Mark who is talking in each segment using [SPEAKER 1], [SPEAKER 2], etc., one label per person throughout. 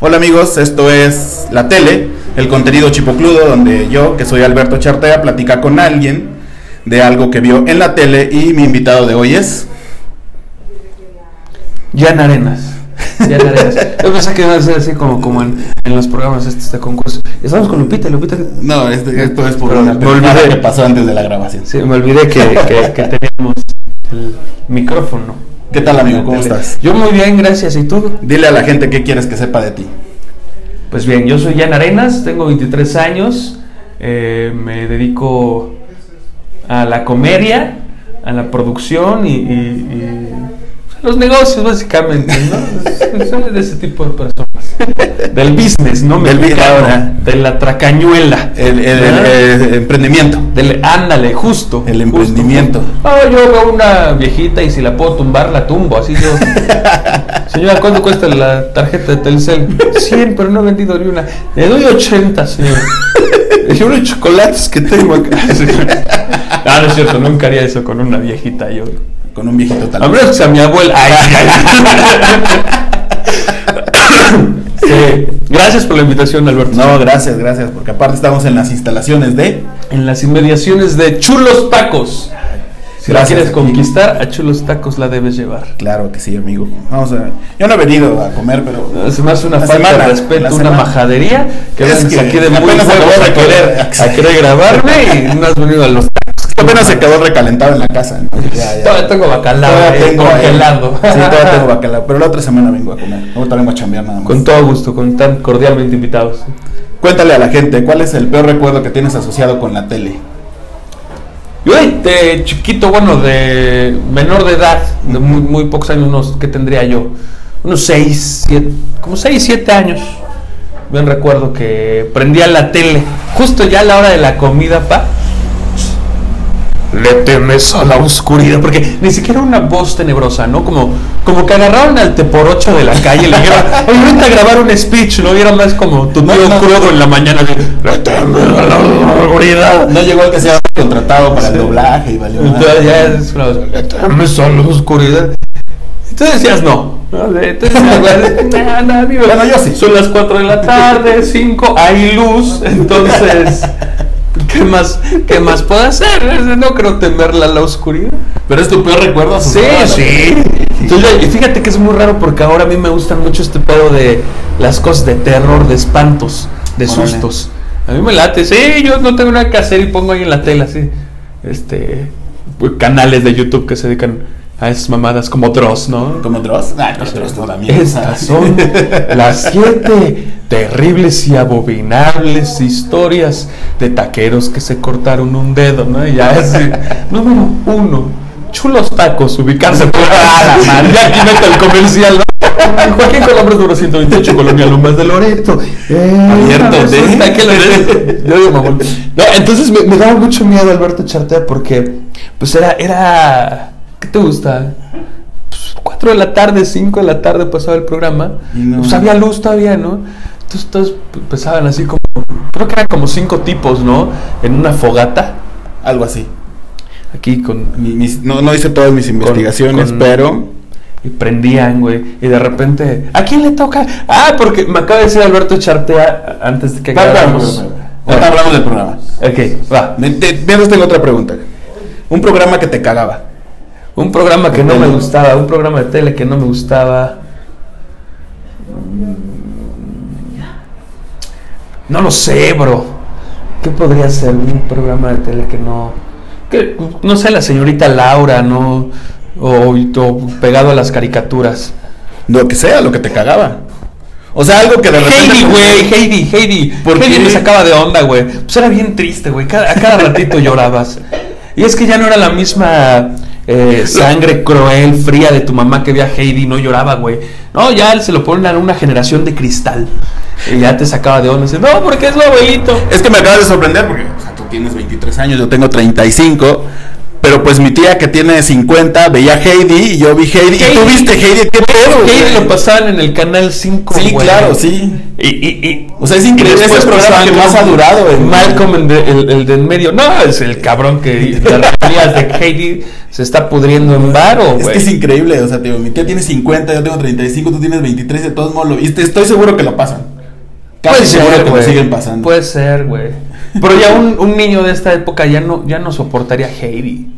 [SPEAKER 1] Hola amigos, esto es La Tele, el contenido chipocludo donde yo, que soy Alberto Chartea, platica con alguien de algo que vio en la tele y mi invitado de hoy es...
[SPEAKER 2] Jan Arenas. Jan Arenas. Yo pensé que iba a ser así como, como en, en los programas estos de concurso. Estamos con Lupita, Lupita.
[SPEAKER 1] No, este- esto es por
[SPEAKER 2] Perdón,
[SPEAKER 1] una
[SPEAKER 2] me
[SPEAKER 1] pendejada
[SPEAKER 2] olvidé.
[SPEAKER 1] que pasó antes de la grabación.
[SPEAKER 2] Sí, me olvidé que, que- que teníamos el micrófono.
[SPEAKER 1] ¿Qué tal amigo? ¿Cómo
[SPEAKER 2] Tele.
[SPEAKER 1] estás?
[SPEAKER 2] Yo muy bien, gracias. ¿Y tú?
[SPEAKER 1] Dile a la gente qué quieres que sepa de ti.
[SPEAKER 2] Pues bien, yo soy Jan Arenas, tengo 23 años, eh, me dedico a la comedia, a la producción y, y- y a los negocios básicamente, ¿no? Soy de ese tipo de personas. Del business, ¿no?
[SPEAKER 1] Del business, ahora.
[SPEAKER 2] De la tracañuela.
[SPEAKER 1] El, el- el-
[SPEAKER 2] ¿verdad?
[SPEAKER 1] el emprendimiento.
[SPEAKER 2] Del, ándale, justo.
[SPEAKER 1] El
[SPEAKER 2] justo,
[SPEAKER 1] emprendimiento.
[SPEAKER 2] justo. Ah, yo veo una viejita y si la puedo tumbar, la tumbo. Así yo. Señora, ¿cuánto cuesta la tarjeta de Telcel? 100, pero no he vendido ni una. Le doy 80, señora. Y unos chocolates que tengo acá. Ah, no es cierto, nunca haría eso con una viejita yo.
[SPEAKER 1] Con un viejito tal.
[SPEAKER 2] A menos que sea mi abuela. Ay, sí, ay. Sí. Gracias por la invitación, Alberto.
[SPEAKER 1] No, gracias, gracias, porque aparte estamos en las instalaciones de...
[SPEAKER 2] En las inmediaciones de Chulos Tacos. Si la
[SPEAKER 1] Gracias,
[SPEAKER 2] quieres
[SPEAKER 1] amigo.
[SPEAKER 2] conquistar, a Chulos Tacos la debes llevar.
[SPEAKER 1] Claro que sí, amigo. Vamos a Yo no he venido a comer, pero...
[SPEAKER 2] Se me hace una
[SPEAKER 1] La
[SPEAKER 2] falta
[SPEAKER 1] semana,
[SPEAKER 2] de
[SPEAKER 1] la
[SPEAKER 2] respeto, una
[SPEAKER 1] semana.
[SPEAKER 2] majadería. Que
[SPEAKER 1] Es
[SPEAKER 2] vengas
[SPEAKER 1] que
[SPEAKER 2] aquí de muy
[SPEAKER 1] apenas
[SPEAKER 2] huevos
[SPEAKER 1] acabo de
[SPEAKER 2] a querer,
[SPEAKER 1] comer.
[SPEAKER 2] a querer grabarme y no has venido a los tacos.
[SPEAKER 1] Apenas se quedó recalentado en la casa. ¿no? Ya, ya.
[SPEAKER 2] Todavía tengo bacalao
[SPEAKER 1] Todavía
[SPEAKER 2] eh,
[SPEAKER 1] tengo
[SPEAKER 2] congelado.
[SPEAKER 1] eh, sí, todavía tengo bacalao, pero la otra semana vengo a comer. Ahorita vengo a chambear nada más.
[SPEAKER 2] Con todo gusto, con tan cordialmente invitados.
[SPEAKER 1] Cuéntale a la gente, ¿cuál es el peor recuerdo que tienes asociado con la tele?
[SPEAKER 2] Yo de chiquito, bueno, de menor de edad, de muy, muy pocos años, unos, ¿qué tendría yo? Unos 6, 7, como 6, 7 años. Bien recuerdo que prendía la tele, justo ya a la hora de la comida, pa. Le temes a la oscuridad, porque ni siquiera una voz tenebrosa, ¿no? Como, como que agarraron al teporocho de la calle y le dijeron, oye, vente a grabar un speech, ¿no? Vieron más como tu
[SPEAKER 1] No,
[SPEAKER 2] tío
[SPEAKER 1] no.
[SPEAKER 2] crudo en la mañana, así, le temes a la oscuridad.
[SPEAKER 1] No llegó el que sea contratado para el doblaje y valió nada.
[SPEAKER 2] Entonces ya es una me sale la oscuridad. Entonces decías no. Entonces, eh, nah, nah, digo,
[SPEAKER 1] Bueno, yo sí.
[SPEAKER 2] Son las 4 de la tarde, 5, hay luz, entonces ¿qué más, qué más puedo hacer? No creo temerla la oscuridad.
[SPEAKER 1] Pero es tu peor recuerdo
[SPEAKER 2] Sí,
[SPEAKER 1] asociado. a la
[SPEAKER 2] sí.
[SPEAKER 1] tele.
[SPEAKER 2] Entonces, y fíjate que es muy raro porque ahora a mí me gustan mucho este pedo de las cosas de terror, de espantos, de
[SPEAKER 1] Órale.
[SPEAKER 2] sustos. A mí me late. Sí, yo no tengo nada que hacer y pongo ahí en la tele así. Este. pues, Canales de YouTube que se dedican a esas mamadas como Dross, ¿no?
[SPEAKER 1] ¿Como Dross? Ah, no, Dross no, la mierda.
[SPEAKER 2] Estas son las siete terribles y abominables historias de taqueros que se cortaron un dedo, ¿no? Y ya es eh, número uno. Chulos tacos, ubicarse por ah, la madre, Ya aquí meto el comercial, ¿no? Joaquín Colombres número 128, Colonia Lomas de Loreto. Eh,
[SPEAKER 1] Abierto
[SPEAKER 2] resulta
[SPEAKER 1] de-
[SPEAKER 2] que lo- Yo digo, mamón. No, entonces me, me daba mucho miedo Alberto Chartea porque, pues era, era. ¿Qué te gusta? 4 de la tarde, 5 de la tarde pasaba el programa.
[SPEAKER 1] Y no.
[SPEAKER 2] Pues había luz todavía, ¿no? Entonces todos p- empezaban así como... Creo que eran como cinco tipos, ¿no? En una fogata.
[SPEAKER 1] Algo así.
[SPEAKER 2] Aquí con...
[SPEAKER 1] Mi- mis- no, no hice todas mis investigaciones,
[SPEAKER 2] con-
[SPEAKER 1] pero...
[SPEAKER 2] Y prendían, güey. Y de repente... ¿A quién le toca? Ah, porque me acaba de decir Alberto Chartea a- antes de que
[SPEAKER 1] Ahorita
[SPEAKER 2] acabáramos.
[SPEAKER 1] hablamos del programa.
[SPEAKER 2] Ok, va.
[SPEAKER 1] Me- te- Mientras tengo otra pregunta. Un programa que te cagaba.
[SPEAKER 2] Un programa que no
[SPEAKER 1] Tele.
[SPEAKER 2] me gustaba, un programa de tele que no me gustaba. No lo sé, bro. ¿Qué podría ser un programa de tele que no... que, no sé, la señorita Laura, ¿no? O, o pegado a las caricaturas.
[SPEAKER 1] Lo que sea, lo que te cagaba. O sea, algo que de repente...
[SPEAKER 2] Heidi, güey, Heidi, Heidi.
[SPEAKER 1] ¿Por
[SPEAKER 2] Heidi
[SPEAKER 1] qué?
[SPEAKER 2] me sacaba de onda, güey. Pues era bien triste, güey. Cada- a cada ratito llorabas. Y es que ya no era la misma eh, sangre cruel, fría de tu mamá que veía Heidi y no lloraba, güey. No, ya él se lo ponen a una generación de cristal. Y ya te sacaba de onda. Dice, no, porque es mi abuelito.
[SPEAKER 1] Es que me acabas de sorprender porque o sea, tú tienes 23 años, yo tengo 35. Pero pues mi tía que tiene 50 veía Heidi y yo vi Heidi. ¿Y tú
[SPEAKER 2] Heidi.
[SPEAKER 1] viste Heidi? ¿Qué pedo?
[SPEAKER 2] Heidi
[SPEAKER 1] güey?
[SPEAKER 2] lo pasaban en el canal 5.
[SPEAKER 1] Sí, claro, sí.
[SPEAKER 2] Y, y, y-
[SPEAKER 1] O sea, es increíble. Es
[SPEAKER 2] después
[SPEAKER 1] el programa
[SPEAKER 2] pasaban
[SPEAKER 1] que más ha durado. en-
[SPEAKER 2] Malcolm, el de, el, el de en medio. No, es el cabrón que las familias de Heidi se está pudriendo en varo,
[SPEAKER 1] Es
[SPEAKER 2] güey.
[SPEAKER 1] que es increíble, o sea, te digo, mi tía tiene 50, yo tengo 35, tú tienes 23, de todos modos lo viste. Estoy seguro que lo pasan. Casi
[SPEAKER 2] Puede
[SPEAKER 1] seguro que
[SPEAKER 2] ser,
[SPEAKER 1] lo
[SPEAKER 2] Pues güey. Pues
[SPEAKER 1] siguen pasando.
[SPEAKER 2] Puede ser, güey. Pero ya un, un niño de esta época ya no, ya no soportaría Heidi.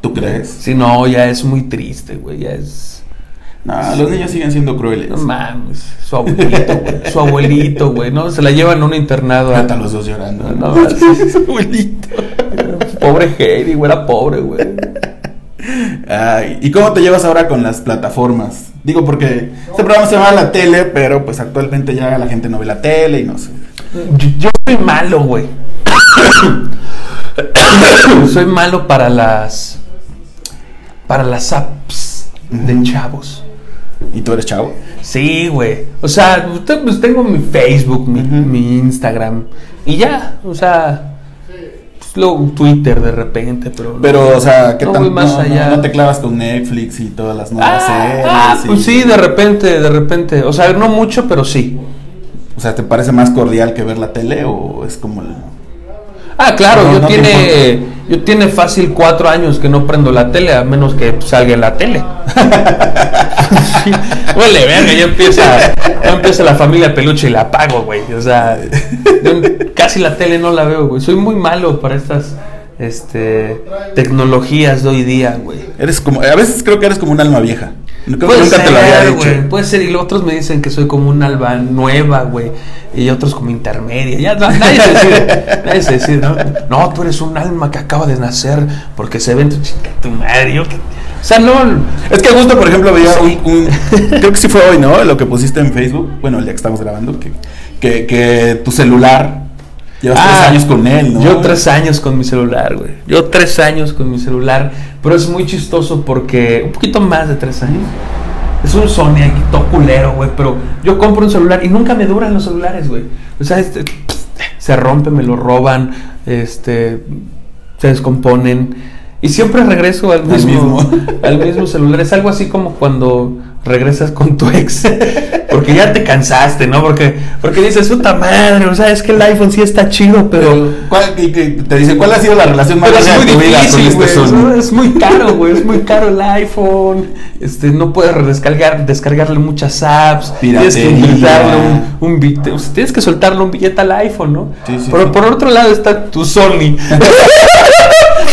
[SPEAKER 1] ¿Tú crees?
[SPEAKER 2] Si no, ya es muy triste, güey. Ya es.
[SPEAKER 1] No, los niños siguen siendo crueles.
[SPEAKER 2] No mames. Su abuelito, güey. Su abuelito, güey. No, se la llevan a un internado. a-
[SPEAKER 1] Ahorita los dos llorando.
[SPEAKER 2] No,
[SPEAKER 1] ¿no?
[SPEAKER 2] es- Pobre Heidi, güey. Era pobre, güey.
[SPEAKER 1] Ay, Ah, ¿Y cómo te llevas ahora con las plataformas? Digo, porque este programa se llama La Tele, pero pues actualmente ya la gente no ve la tele y no sé.
[SPEAKER 2] Yo, yo soy malo, güey. soy malo para las. Para las apps de
[SPEAKER 1] Ujú.
[SPEAKER 2] chavos.
[SPEAKER 1] ¿Y tú eres chavo?
[SPEAKER 2] Sí, güey. O sea, te- pues tengo mi Facebook, mi,
[SPEAKER 1] Ujú.
[SPEAKER 2] mi Instagram. Y ya, o sea. Pues luego Twitter de repente, pero.
[SPEAKER 1] Pero, o sea, ¿qué
[SPEAKER 2] No
[SPEAKER 1] tan
[SPEAKER 2] voy más
[SPEAKER 1] no, no,
[SPEAKER 2] allá.
[SPEAKER 1] no te clavas con Netflix y todas las nuevas
[SPEAKER 2] Ah,
[SPEAKER 1] series?
[SPEAKER 2] ah,
[SPEAKER 1] y-
[SPEAKER 2] pues sí, de repente, de repente. O sea, no mucho, pero sí.
[SPEAKER 1] O sea, ¿te parece más cordial que ver la tele o es como el...
[SPEAKER 2] Ah, claro,
[SPEAKER 1] No,
[SPEAKER 2] yo
[SPEAKER 1] no te
[SPEAKER 2] tiene. Yo tiene fácil cuatro años que no prendo la tele, a menos que salga en la tele. Sí. Huele, verga, ya empieza, ya empieza la familia peluche y la apago, güey. O sea, yo casi la tele no la veo, güey. Soy muy malo para estas este, tecnologías de hoy día, güey.
[SPEAKER 1] Eres como... A veces creo que eres como un alma vieja. Creo que
[SPEAKER 2] Puede
[SPEAKER 1] nunca
[SPEAKER 2] ser,
[SPEAKER 1] te lo había dicho.
[SPEAKER 2] güey, Puede ser, y los otros me dicen que soy como un alba nueva, güey. Y otros como intermedia. Ya, no, nadie se decide. nadie se decide, ¿no? No, tú eres un alma que acaba de nacer porque se ven tu chica, tu madre. yo qué- O sea, no.
[SPEAKER 1] Es que justo, por ejemplo, veía
[SPEAKER 2] Sí.
[SPEAKER 1] un, un- Creo que sí fue hoy, ¿no? Lo que pusiste en Facebook. Bueno, el día que estamos grabando. Que, que, que tu celular... Llevas tres
[SPEAKER 2] Ah,
[SPEAKER 1] años con él, ¿no?
[SPEAKER 2] Yo tres años con mi celular, güey. Yo tres años con mi celular. Pero es muy chistoso porque. Un poquito más de tres años. Es un Sony aquí, todo culero, güey. Pero yo compro un celular y nunca me duran los celulares, güey. O sea, este, se rompe, me lo roban. Este. Se descomponen. Y siempre regreso al
[SPEAKER 1] Al
[SPEAKER 2] mismo,
[SPEAKER 1] mismo.
[SPEAKER 2] al mismo celular. Es algo así como cuando regresas con tu ex. Porque ya te cansaste, ¿no? Porque, porque dices, puta madre, o sea, es que el iPhone sí está chido, pero.
[SPEAKER 1] Pero, ¿cuál- y que te dice, ¿cuál ha sido la relación más
[SPEAKER 2] Pero es
[SPEAKER 1] larga
[SPEAKER 2] muy
[SPEAKER 1] de tu vida con
[SPEAKER 2] difícil,
[SPEAKER 1] este
[SPEAKER 2] güey.
[SPEAKER 1] Sony?
[SPEAKER 2] ¿no? Es muy caro, güey. Es muy caro el iPhone. Este, no puedes descargar, descargarle muchas apps. Tienes que
[SPEAKER 1] Piratería.
[SPEAKER 2] invitarle un, un billete. o sea, tienes que soltarle un billete al iPhone, ¿no?
[SPEAKER 1] Sí, sí,
[SPEAKER 2] Pero
[SPEAKER 1] sí.
[SPEAKER 2] por otro lado está tu Sony.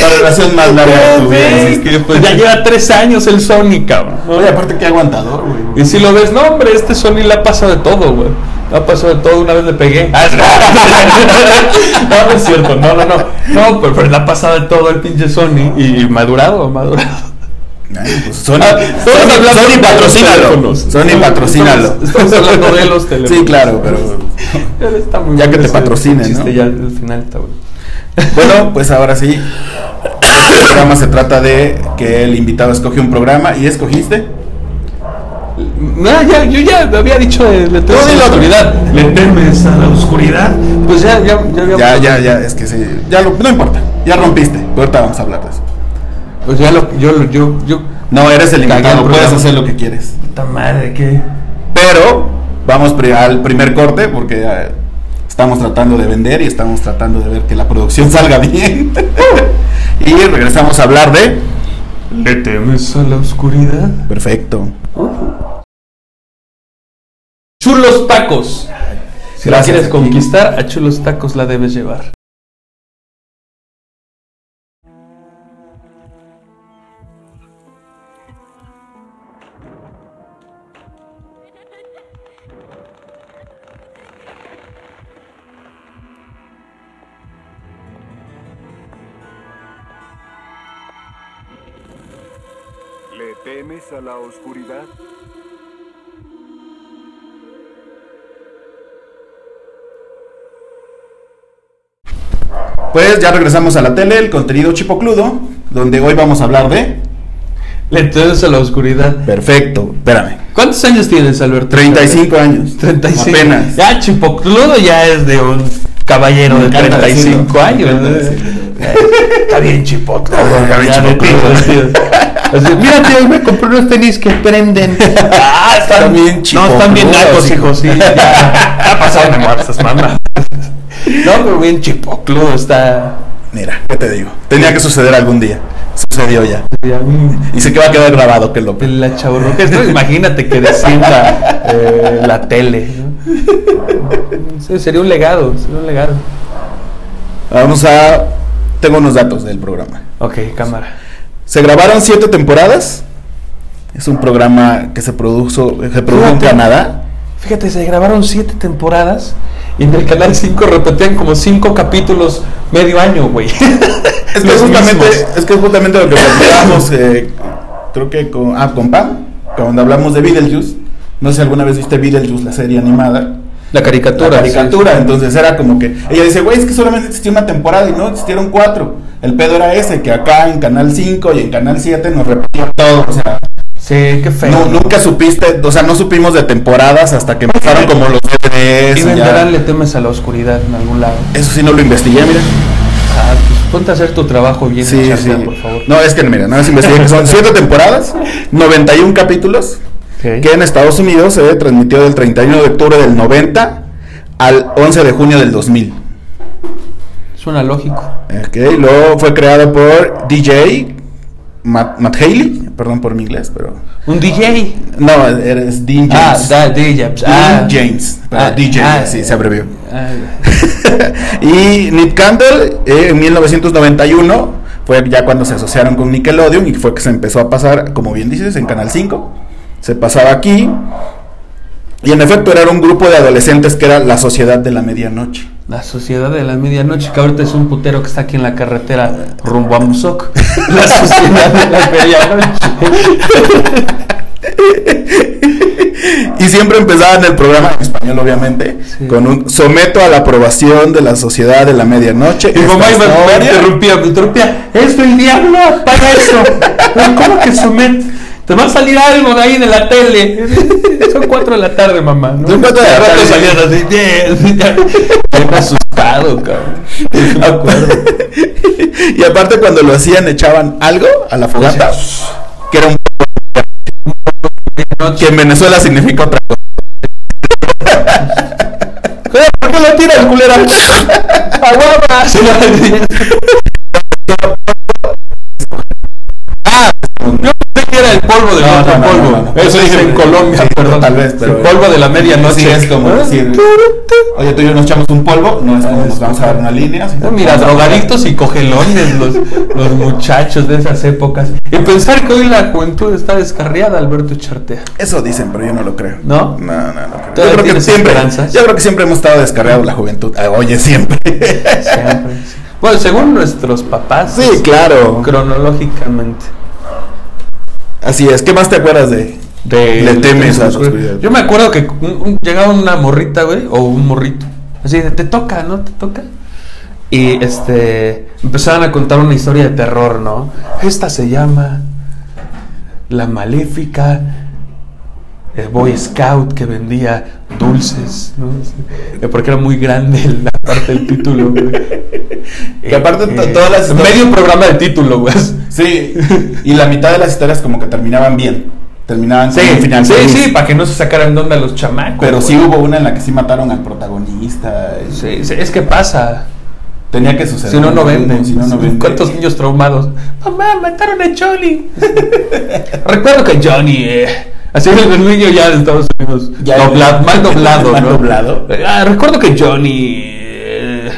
[SPEAKER 1] La relación más larga de tu vida. así es que, pues,
[SPEAKER 2] ya lleva tres años el Sony, cabrón.
[SPEAKER 1] Oye, aparte qué aguantador, güey.
[SPEAKER 2] Y si lo ves, no, hombre, este Sony le ha pasado de todo, güey. Le ha pasado de todo, una vez le pegué. Ah, es- no, no es cierto, no, no, no. No, pero, pero le ha pasado de todo el pinche Sony. Y, y madurado, madurado.
[SPEAKER 1] Ay, pues, Sony,
[SPEAKER 2] Ah, estamos
[SPEAKER 1] Sony-
[SPEAKER 2] hablando
[SPEAKER 1] Sony,
[SPEAKER 2] de los
[SPEAKER 1] patrocínalo.
[SPEAKER 2] teléfonos.
[SPEAKER 1] Sony, patrocínalo.
[SPEAKER 2] Estamos- estamos hablando de los teléfonos.
[SPEAKER 1] Sí, claro, pero.
[SPEAKER 2] Está muy
[SPEAKER 1] Ya
[SPEAKER 2] bueno
[SPEAKER 1] que te
[SPEAKER 2] ese
[SPEAKER 1] patrocinen,
[SPEAKER 2] chiste,
[SPEAKER 1] ¿no?
[SPEAKER 2] Ya al final está bueno.
[SPEAKER 1] Bueno, pues ahora sí. El programa se trata de que el invitado escoge un programa y escogiste.
[SPEAKER 2] No, ya, yo ya había dicho de, le temes
[SPEAKER 1] No,
[SPEAKER 2] a
[SPEAKER 1] dilo
[SPEAKER 2] la
[SPEAKER 1] otro.
[SPEAKER 2] oscuridad. Le temes a la oscuridad. Pues ya, ya, ya habíamos-
[SPEAKER 1] Ya, ya, ya, es que sí. Ya lo- no importa, ya rompiste. Ahorita vamos a hablar de eso.
[SPEAKER 2] Pues ya lo, yo, lo- yo, yo.
[SPEAKER 1] No, eres el
[SPEAKER 2] Cagué
[SPEAKER 1] invitado,
[SPEAKER 2] el
[SPEAKER 1] puedes
[SPEAKER 2] programa.
[SPEAKER 1] hacer lo que quieres.
[SPEAKER 2] Puta madre, qué.
[SPEAKER 1] Pero vamos pri- al primer corte porque eh, estamos tratando de vender y estamos tratando de ver que la producción salga bien. y regresamos a hablar de.
[SPEAKER 2] Le temes a la oscuridad.
[SPEAKER 1] Perfecto.
[SPEAKER 2] Chulos tacos. Si la
[SPEAKER 1] Gracias,
[SPEAKER 2] quieres
[SPEAKER 1] Joaquín.
[SPEAKER 2] conquistar, a chulos tacos la debes llevar.
[SPEAKER 3] ¿Le temes a la oscuridad?
[SPEAKER 1] Pues ya regresamos a la tele, el contenido chipocludo, donde hoy vamos a hablar de.
[SPEAKER 2] Le temes a la oscuridad.
[SPEAKER 1] Perfecto, espérame.
[SPEAKER 2] ¿Cuántos años tienes, Alberto?
[SPEAKER 1] 35 años.
[SPEAKER 2] 35.
[SPEAKER 1] Apenas.
[SPEAKER 2] Ya, Chipocludo ya es de un caballero
[SPEAKER 1] Me
[SPEAKER 2] de
[SPEAKER 1] encanta
[SPEAKER 2] 35
[SPEAKER 1] decirlo, me
[SPEAKER 2] años.
[SPEAKER 1] encanta
[SPEAKER 2] ¿no?
[SPEAKER 1] decirlo.
[SPEAKER 2] Está bien chipotle.
[SPEAKER 1] Está bien
[SPEAKER 2] Ya me
[SPEAKER 1] chipotle.
[SPEAKER 2] puso así, así. Así, Mira, tío, me compré unos tenis que prenden.
[SPEAKER 1] Ah, están bien
[SPEAKER 2] No, están bien
[SPEAKER 1] chipocludos,
[SPEAKER 2] altos,
[SPEAKER 1] hijo.
[SPEAKER 2] hijo, sí. Ya, ya pasaron de muertas, mamá. No, pero bien chipocludo está.
[SPEAKER 1] Mira, ¿qué te digo? Tenía que suceder algún día. Sucedió ya.
[SPEAKER 2] ya, mm,
[SPEAKER 1] Y sé que va a quedar grabado, que lo.
[SPEAKER 2] La chaburruca. Esto imagínate que descienda eh, la tele. ¿no? Sí, Sería un legado, sería un legado.
[SPEAKER 1] Vamos a. Tengo unos datos del programa.
[SPEAKER 2] Ok, cámara.
[SPEAKER 1] Se grabaron siete temporadas. Es un programa que se produjo, se produjo en
[SPEAKER 2] Fíjate.
[SPEAKER 1] Canadá.
[SPEAKER 2] Fíjate, se grabaron siete temporadas y en el canal 5 repetían como cinco capítulos medio año, güey.
[SPEAKER 1] Es que,
[SPEAKER 2] Los
[SPEAKER 1] justamente,
[SPEAKER 2] mismos.
[SPEAKER 1] es que justamente lo que platicábamos, eh, creo que con, ah, con Pam, cuando hablamos de Beetlejuice. No sé si alguna vez viste Beetlejuice, la serie animada.
[SPEAKER 2] La caricatura.
[SPEAKER 1] la
[SPEAKER 2] sí.
[SPEAKER 1] caricatura. Entonces era como que ella dice, güey, es que solamente existió una temporada y no existieron cuatro. El pedo era ese, que acá en Canal 5 y en Canal 7 nos repetían todo. O sea,
[SPEAKER 2] Sí, qué feo.
[SPEAKER 1] no- nunca supiste, o sea, no supimos de temporadas hasta que
[SPEAKER 2] Pues,
[SPEAKER 1] empezaron como los DVDs.
[SPEAKER 2] y
[SPEAKER 1] y ya.
[SPEAKER 2] venderán le temes a la oscuridad en algún lado.
[SPEAKER 1] Eso sí no lo investigué, mira.
[SPEAKER 2] Ah, pues ponte a hacer tu trabajo bien,
[SPEAKER 1] Sí, sí.
[SPEAKER 2] Charlie, por favor.
[SPEAKER 1] No, es que mira, nada más investigué que son siete temporadas, 91 capítulos,
[SPEAKER 2] Ok.
[SPEAKER 1] que en Estados Unidos se transmitió del 31 de octubre del 90 al 11 de junio del 2000.
[SPEAKER 2] Suena lógico.
[SPEAKER 1] Ok, luego fue creado por DJ Matt, Matt Haley, perdón por mi inglés, pero...
[SPEAKER 2] Un DJ.
[SPEAKER 1] No, eres Dean
[SPEAKER 2] Ah,
[SPEAKER 1] James.
[SPEAKER 2] da, DJ. pues,
[SPEAKER 1] Dean
[SPEAKER 2] Ah,
[SPEAKER 1] James, pero DJ, sí, se abrevió.
[SPEAKER 2] ah,
[SPEAKER 1] y Nick Candle eh, en 1991 fue ya cuando se asociaron con Nickelodeon y fue que se empezó a pasar, como bien dices, en Canal 5. Se pasaba aquí. Y en efecto era un grupo de adolescentes que era la sociedad de la medianoche.
[SPEAKER 2] la sociedad de la medianoche, que ahorita es un putero que está aquí en la carretera rumbo a Musoc. La sociedad de la medianoche.
[SPEAKER 1] Y siempre empezaban el programa en español, obviamente,
[SPEAKER 2] Sí.
[SPEAKER 1] con un someto a la aprobación de la sociedad de la medianoche.
[SPEAKER 2] Y mamá
[SPEAKER 1] Esta
[SPEAKER 2] iba a
[SPEAKER 1] historia-
[SPEAKER 2] interrumpía, me interrumpía. ¡Es el diablo! ¡Paga eso! Pero, ¿Cómo que somet? Te va a salir algo de ahí de la tele. Son cuatro de la tarde, mamá. ¿no?
[SPEAKER 1] Son cuatro de la
[SPEAKER 2] Al rato
[SPEAKER 1] tarde.
[SPEAKER 2] salías así. "Bien", ya. Bien asustado, cabrón. Sí me acuerdo.
[SPEAKER 1] y aparte cuando lo hacían echaban algo a la fogata, que era un que en Venezuela significa otra cosa. Eh, ¿Por qué lo tiras, culera?
[SPEAKER 2] ¡Aguabas! Yo pensé que era Ah, el polvo del
[SPEAKER 1] No, no,
[SPEAKER 2] otro
[SPEAKER 1] no,
[SPEAKER 2] polvo.
[SPEAKER 1] no, no, no.
[SPEAKER 2] Eso dije en
[SPEAKER 1] Sí,
[SPEAKER 2] Colombia,
[SPEAKER 1] sí,
[SPEAKER 2] perdón.
[SPEAKER 1] tal vez, pero-
[SPEAKER 2] el polvo de la medianoche. Ah,
[SPEAKER 1] Sí, es como decir- Oye, tú y yo nos echamos un polvo, no es como nos vamos a dar una línea.
[SPEAKER 2] No, "Ah, Mira, drogadictos y cogelones los, los muchachos de esas épocas. Y pensar que hoy la juventud está descarriada, Alberto Chartea.
[SPEAKER 1] Eso dicen, pero yo no lo creo. No, no,
[SPEAKER 2] ¿No?
[SPEAKER 1] no creo. Yo
[SPEAKER 2] ¿Todavía
[SPEAKER 1] creo, que
[SPEAKER 2] tienes
[SPEAKER 1] siempre,
[SPEAKER 2] esperanzas?
[SPEAKER 1] yo creo que siempre hemos estado descargados la juventud. Ah, Oye, siempre.
[SPEAKER 2] Siempre, sí. Bueno, según nuestros papás.
[SPEAKER 1] sí, claro.
[SPEAKER 2] Cronológicamente.
[SPEAKER 1] Así es. ¿Qué más te acuerdas de?
[SPEAKER 2] De
[SPEAKER 1] Le
[SPEAKER 2] de-
[SPEAKER 1] temes
[SPEAKER 2] de-
[SPEAKER 1] a la oscuridad.
[SPEAKER 2] Yo me acuerdo que un- un- llegaba una morrita, güey, o un morrito. Así de, te toca, ¿no? Te toca. Y este. Empezaban a contar una historia de terror, ¿no? Esta se llama. La maléfica. El Boy Scout que vendía dulces, ¿no? Sí, Porque era muy grande la parte del título, güey. Eh,
[SPEAKER 1] Que aparte to- todas las historias-
[SPEAKER 2] Medio programa de título, güey.
[SPEAKER 1] Sí. Y la mitad de las historias como que terminaban bien. Terminaban
[SPEAKER 2] Sí,
[SPEAKER 1] con un final
[SPEAKER 2] sí,
[SPEAKER 1] feliz.
[SPEAKER 2] sí, para que no se sacaran de onda los chamacos.
[SPEAKER 1] Pero sí
[SPEAKER 2] güey.
[SPEAKER 1] hubo una en la que sí mataron al protagonista. y
[SPEAKER 2] Sí, sí, es que pasa.
[SPEAKER 1] Tenía que suceder.
[SPEAKER 2] Si no, no venden.
[SPEAKER 1] Si no, no venden.
[SPEAKER 2] ¿Cuántos niños traumados? Mamá, mataron a Johnny. Recuerdo que Johnny, eh, así es el niño ya de Estados Unidos.
[SPEAKER 1] Ya
[SPEAKER 2] Dobla-
[SPEAKER 1] era-
[SPEAKER 2] mal doblado.
[SPEAKER 1] mal
[SPEAKER 2] ¿no?
[SPEAKER 1] doblado.
[SPEAKER 2] Ah, recuerdo que Johnny. eh,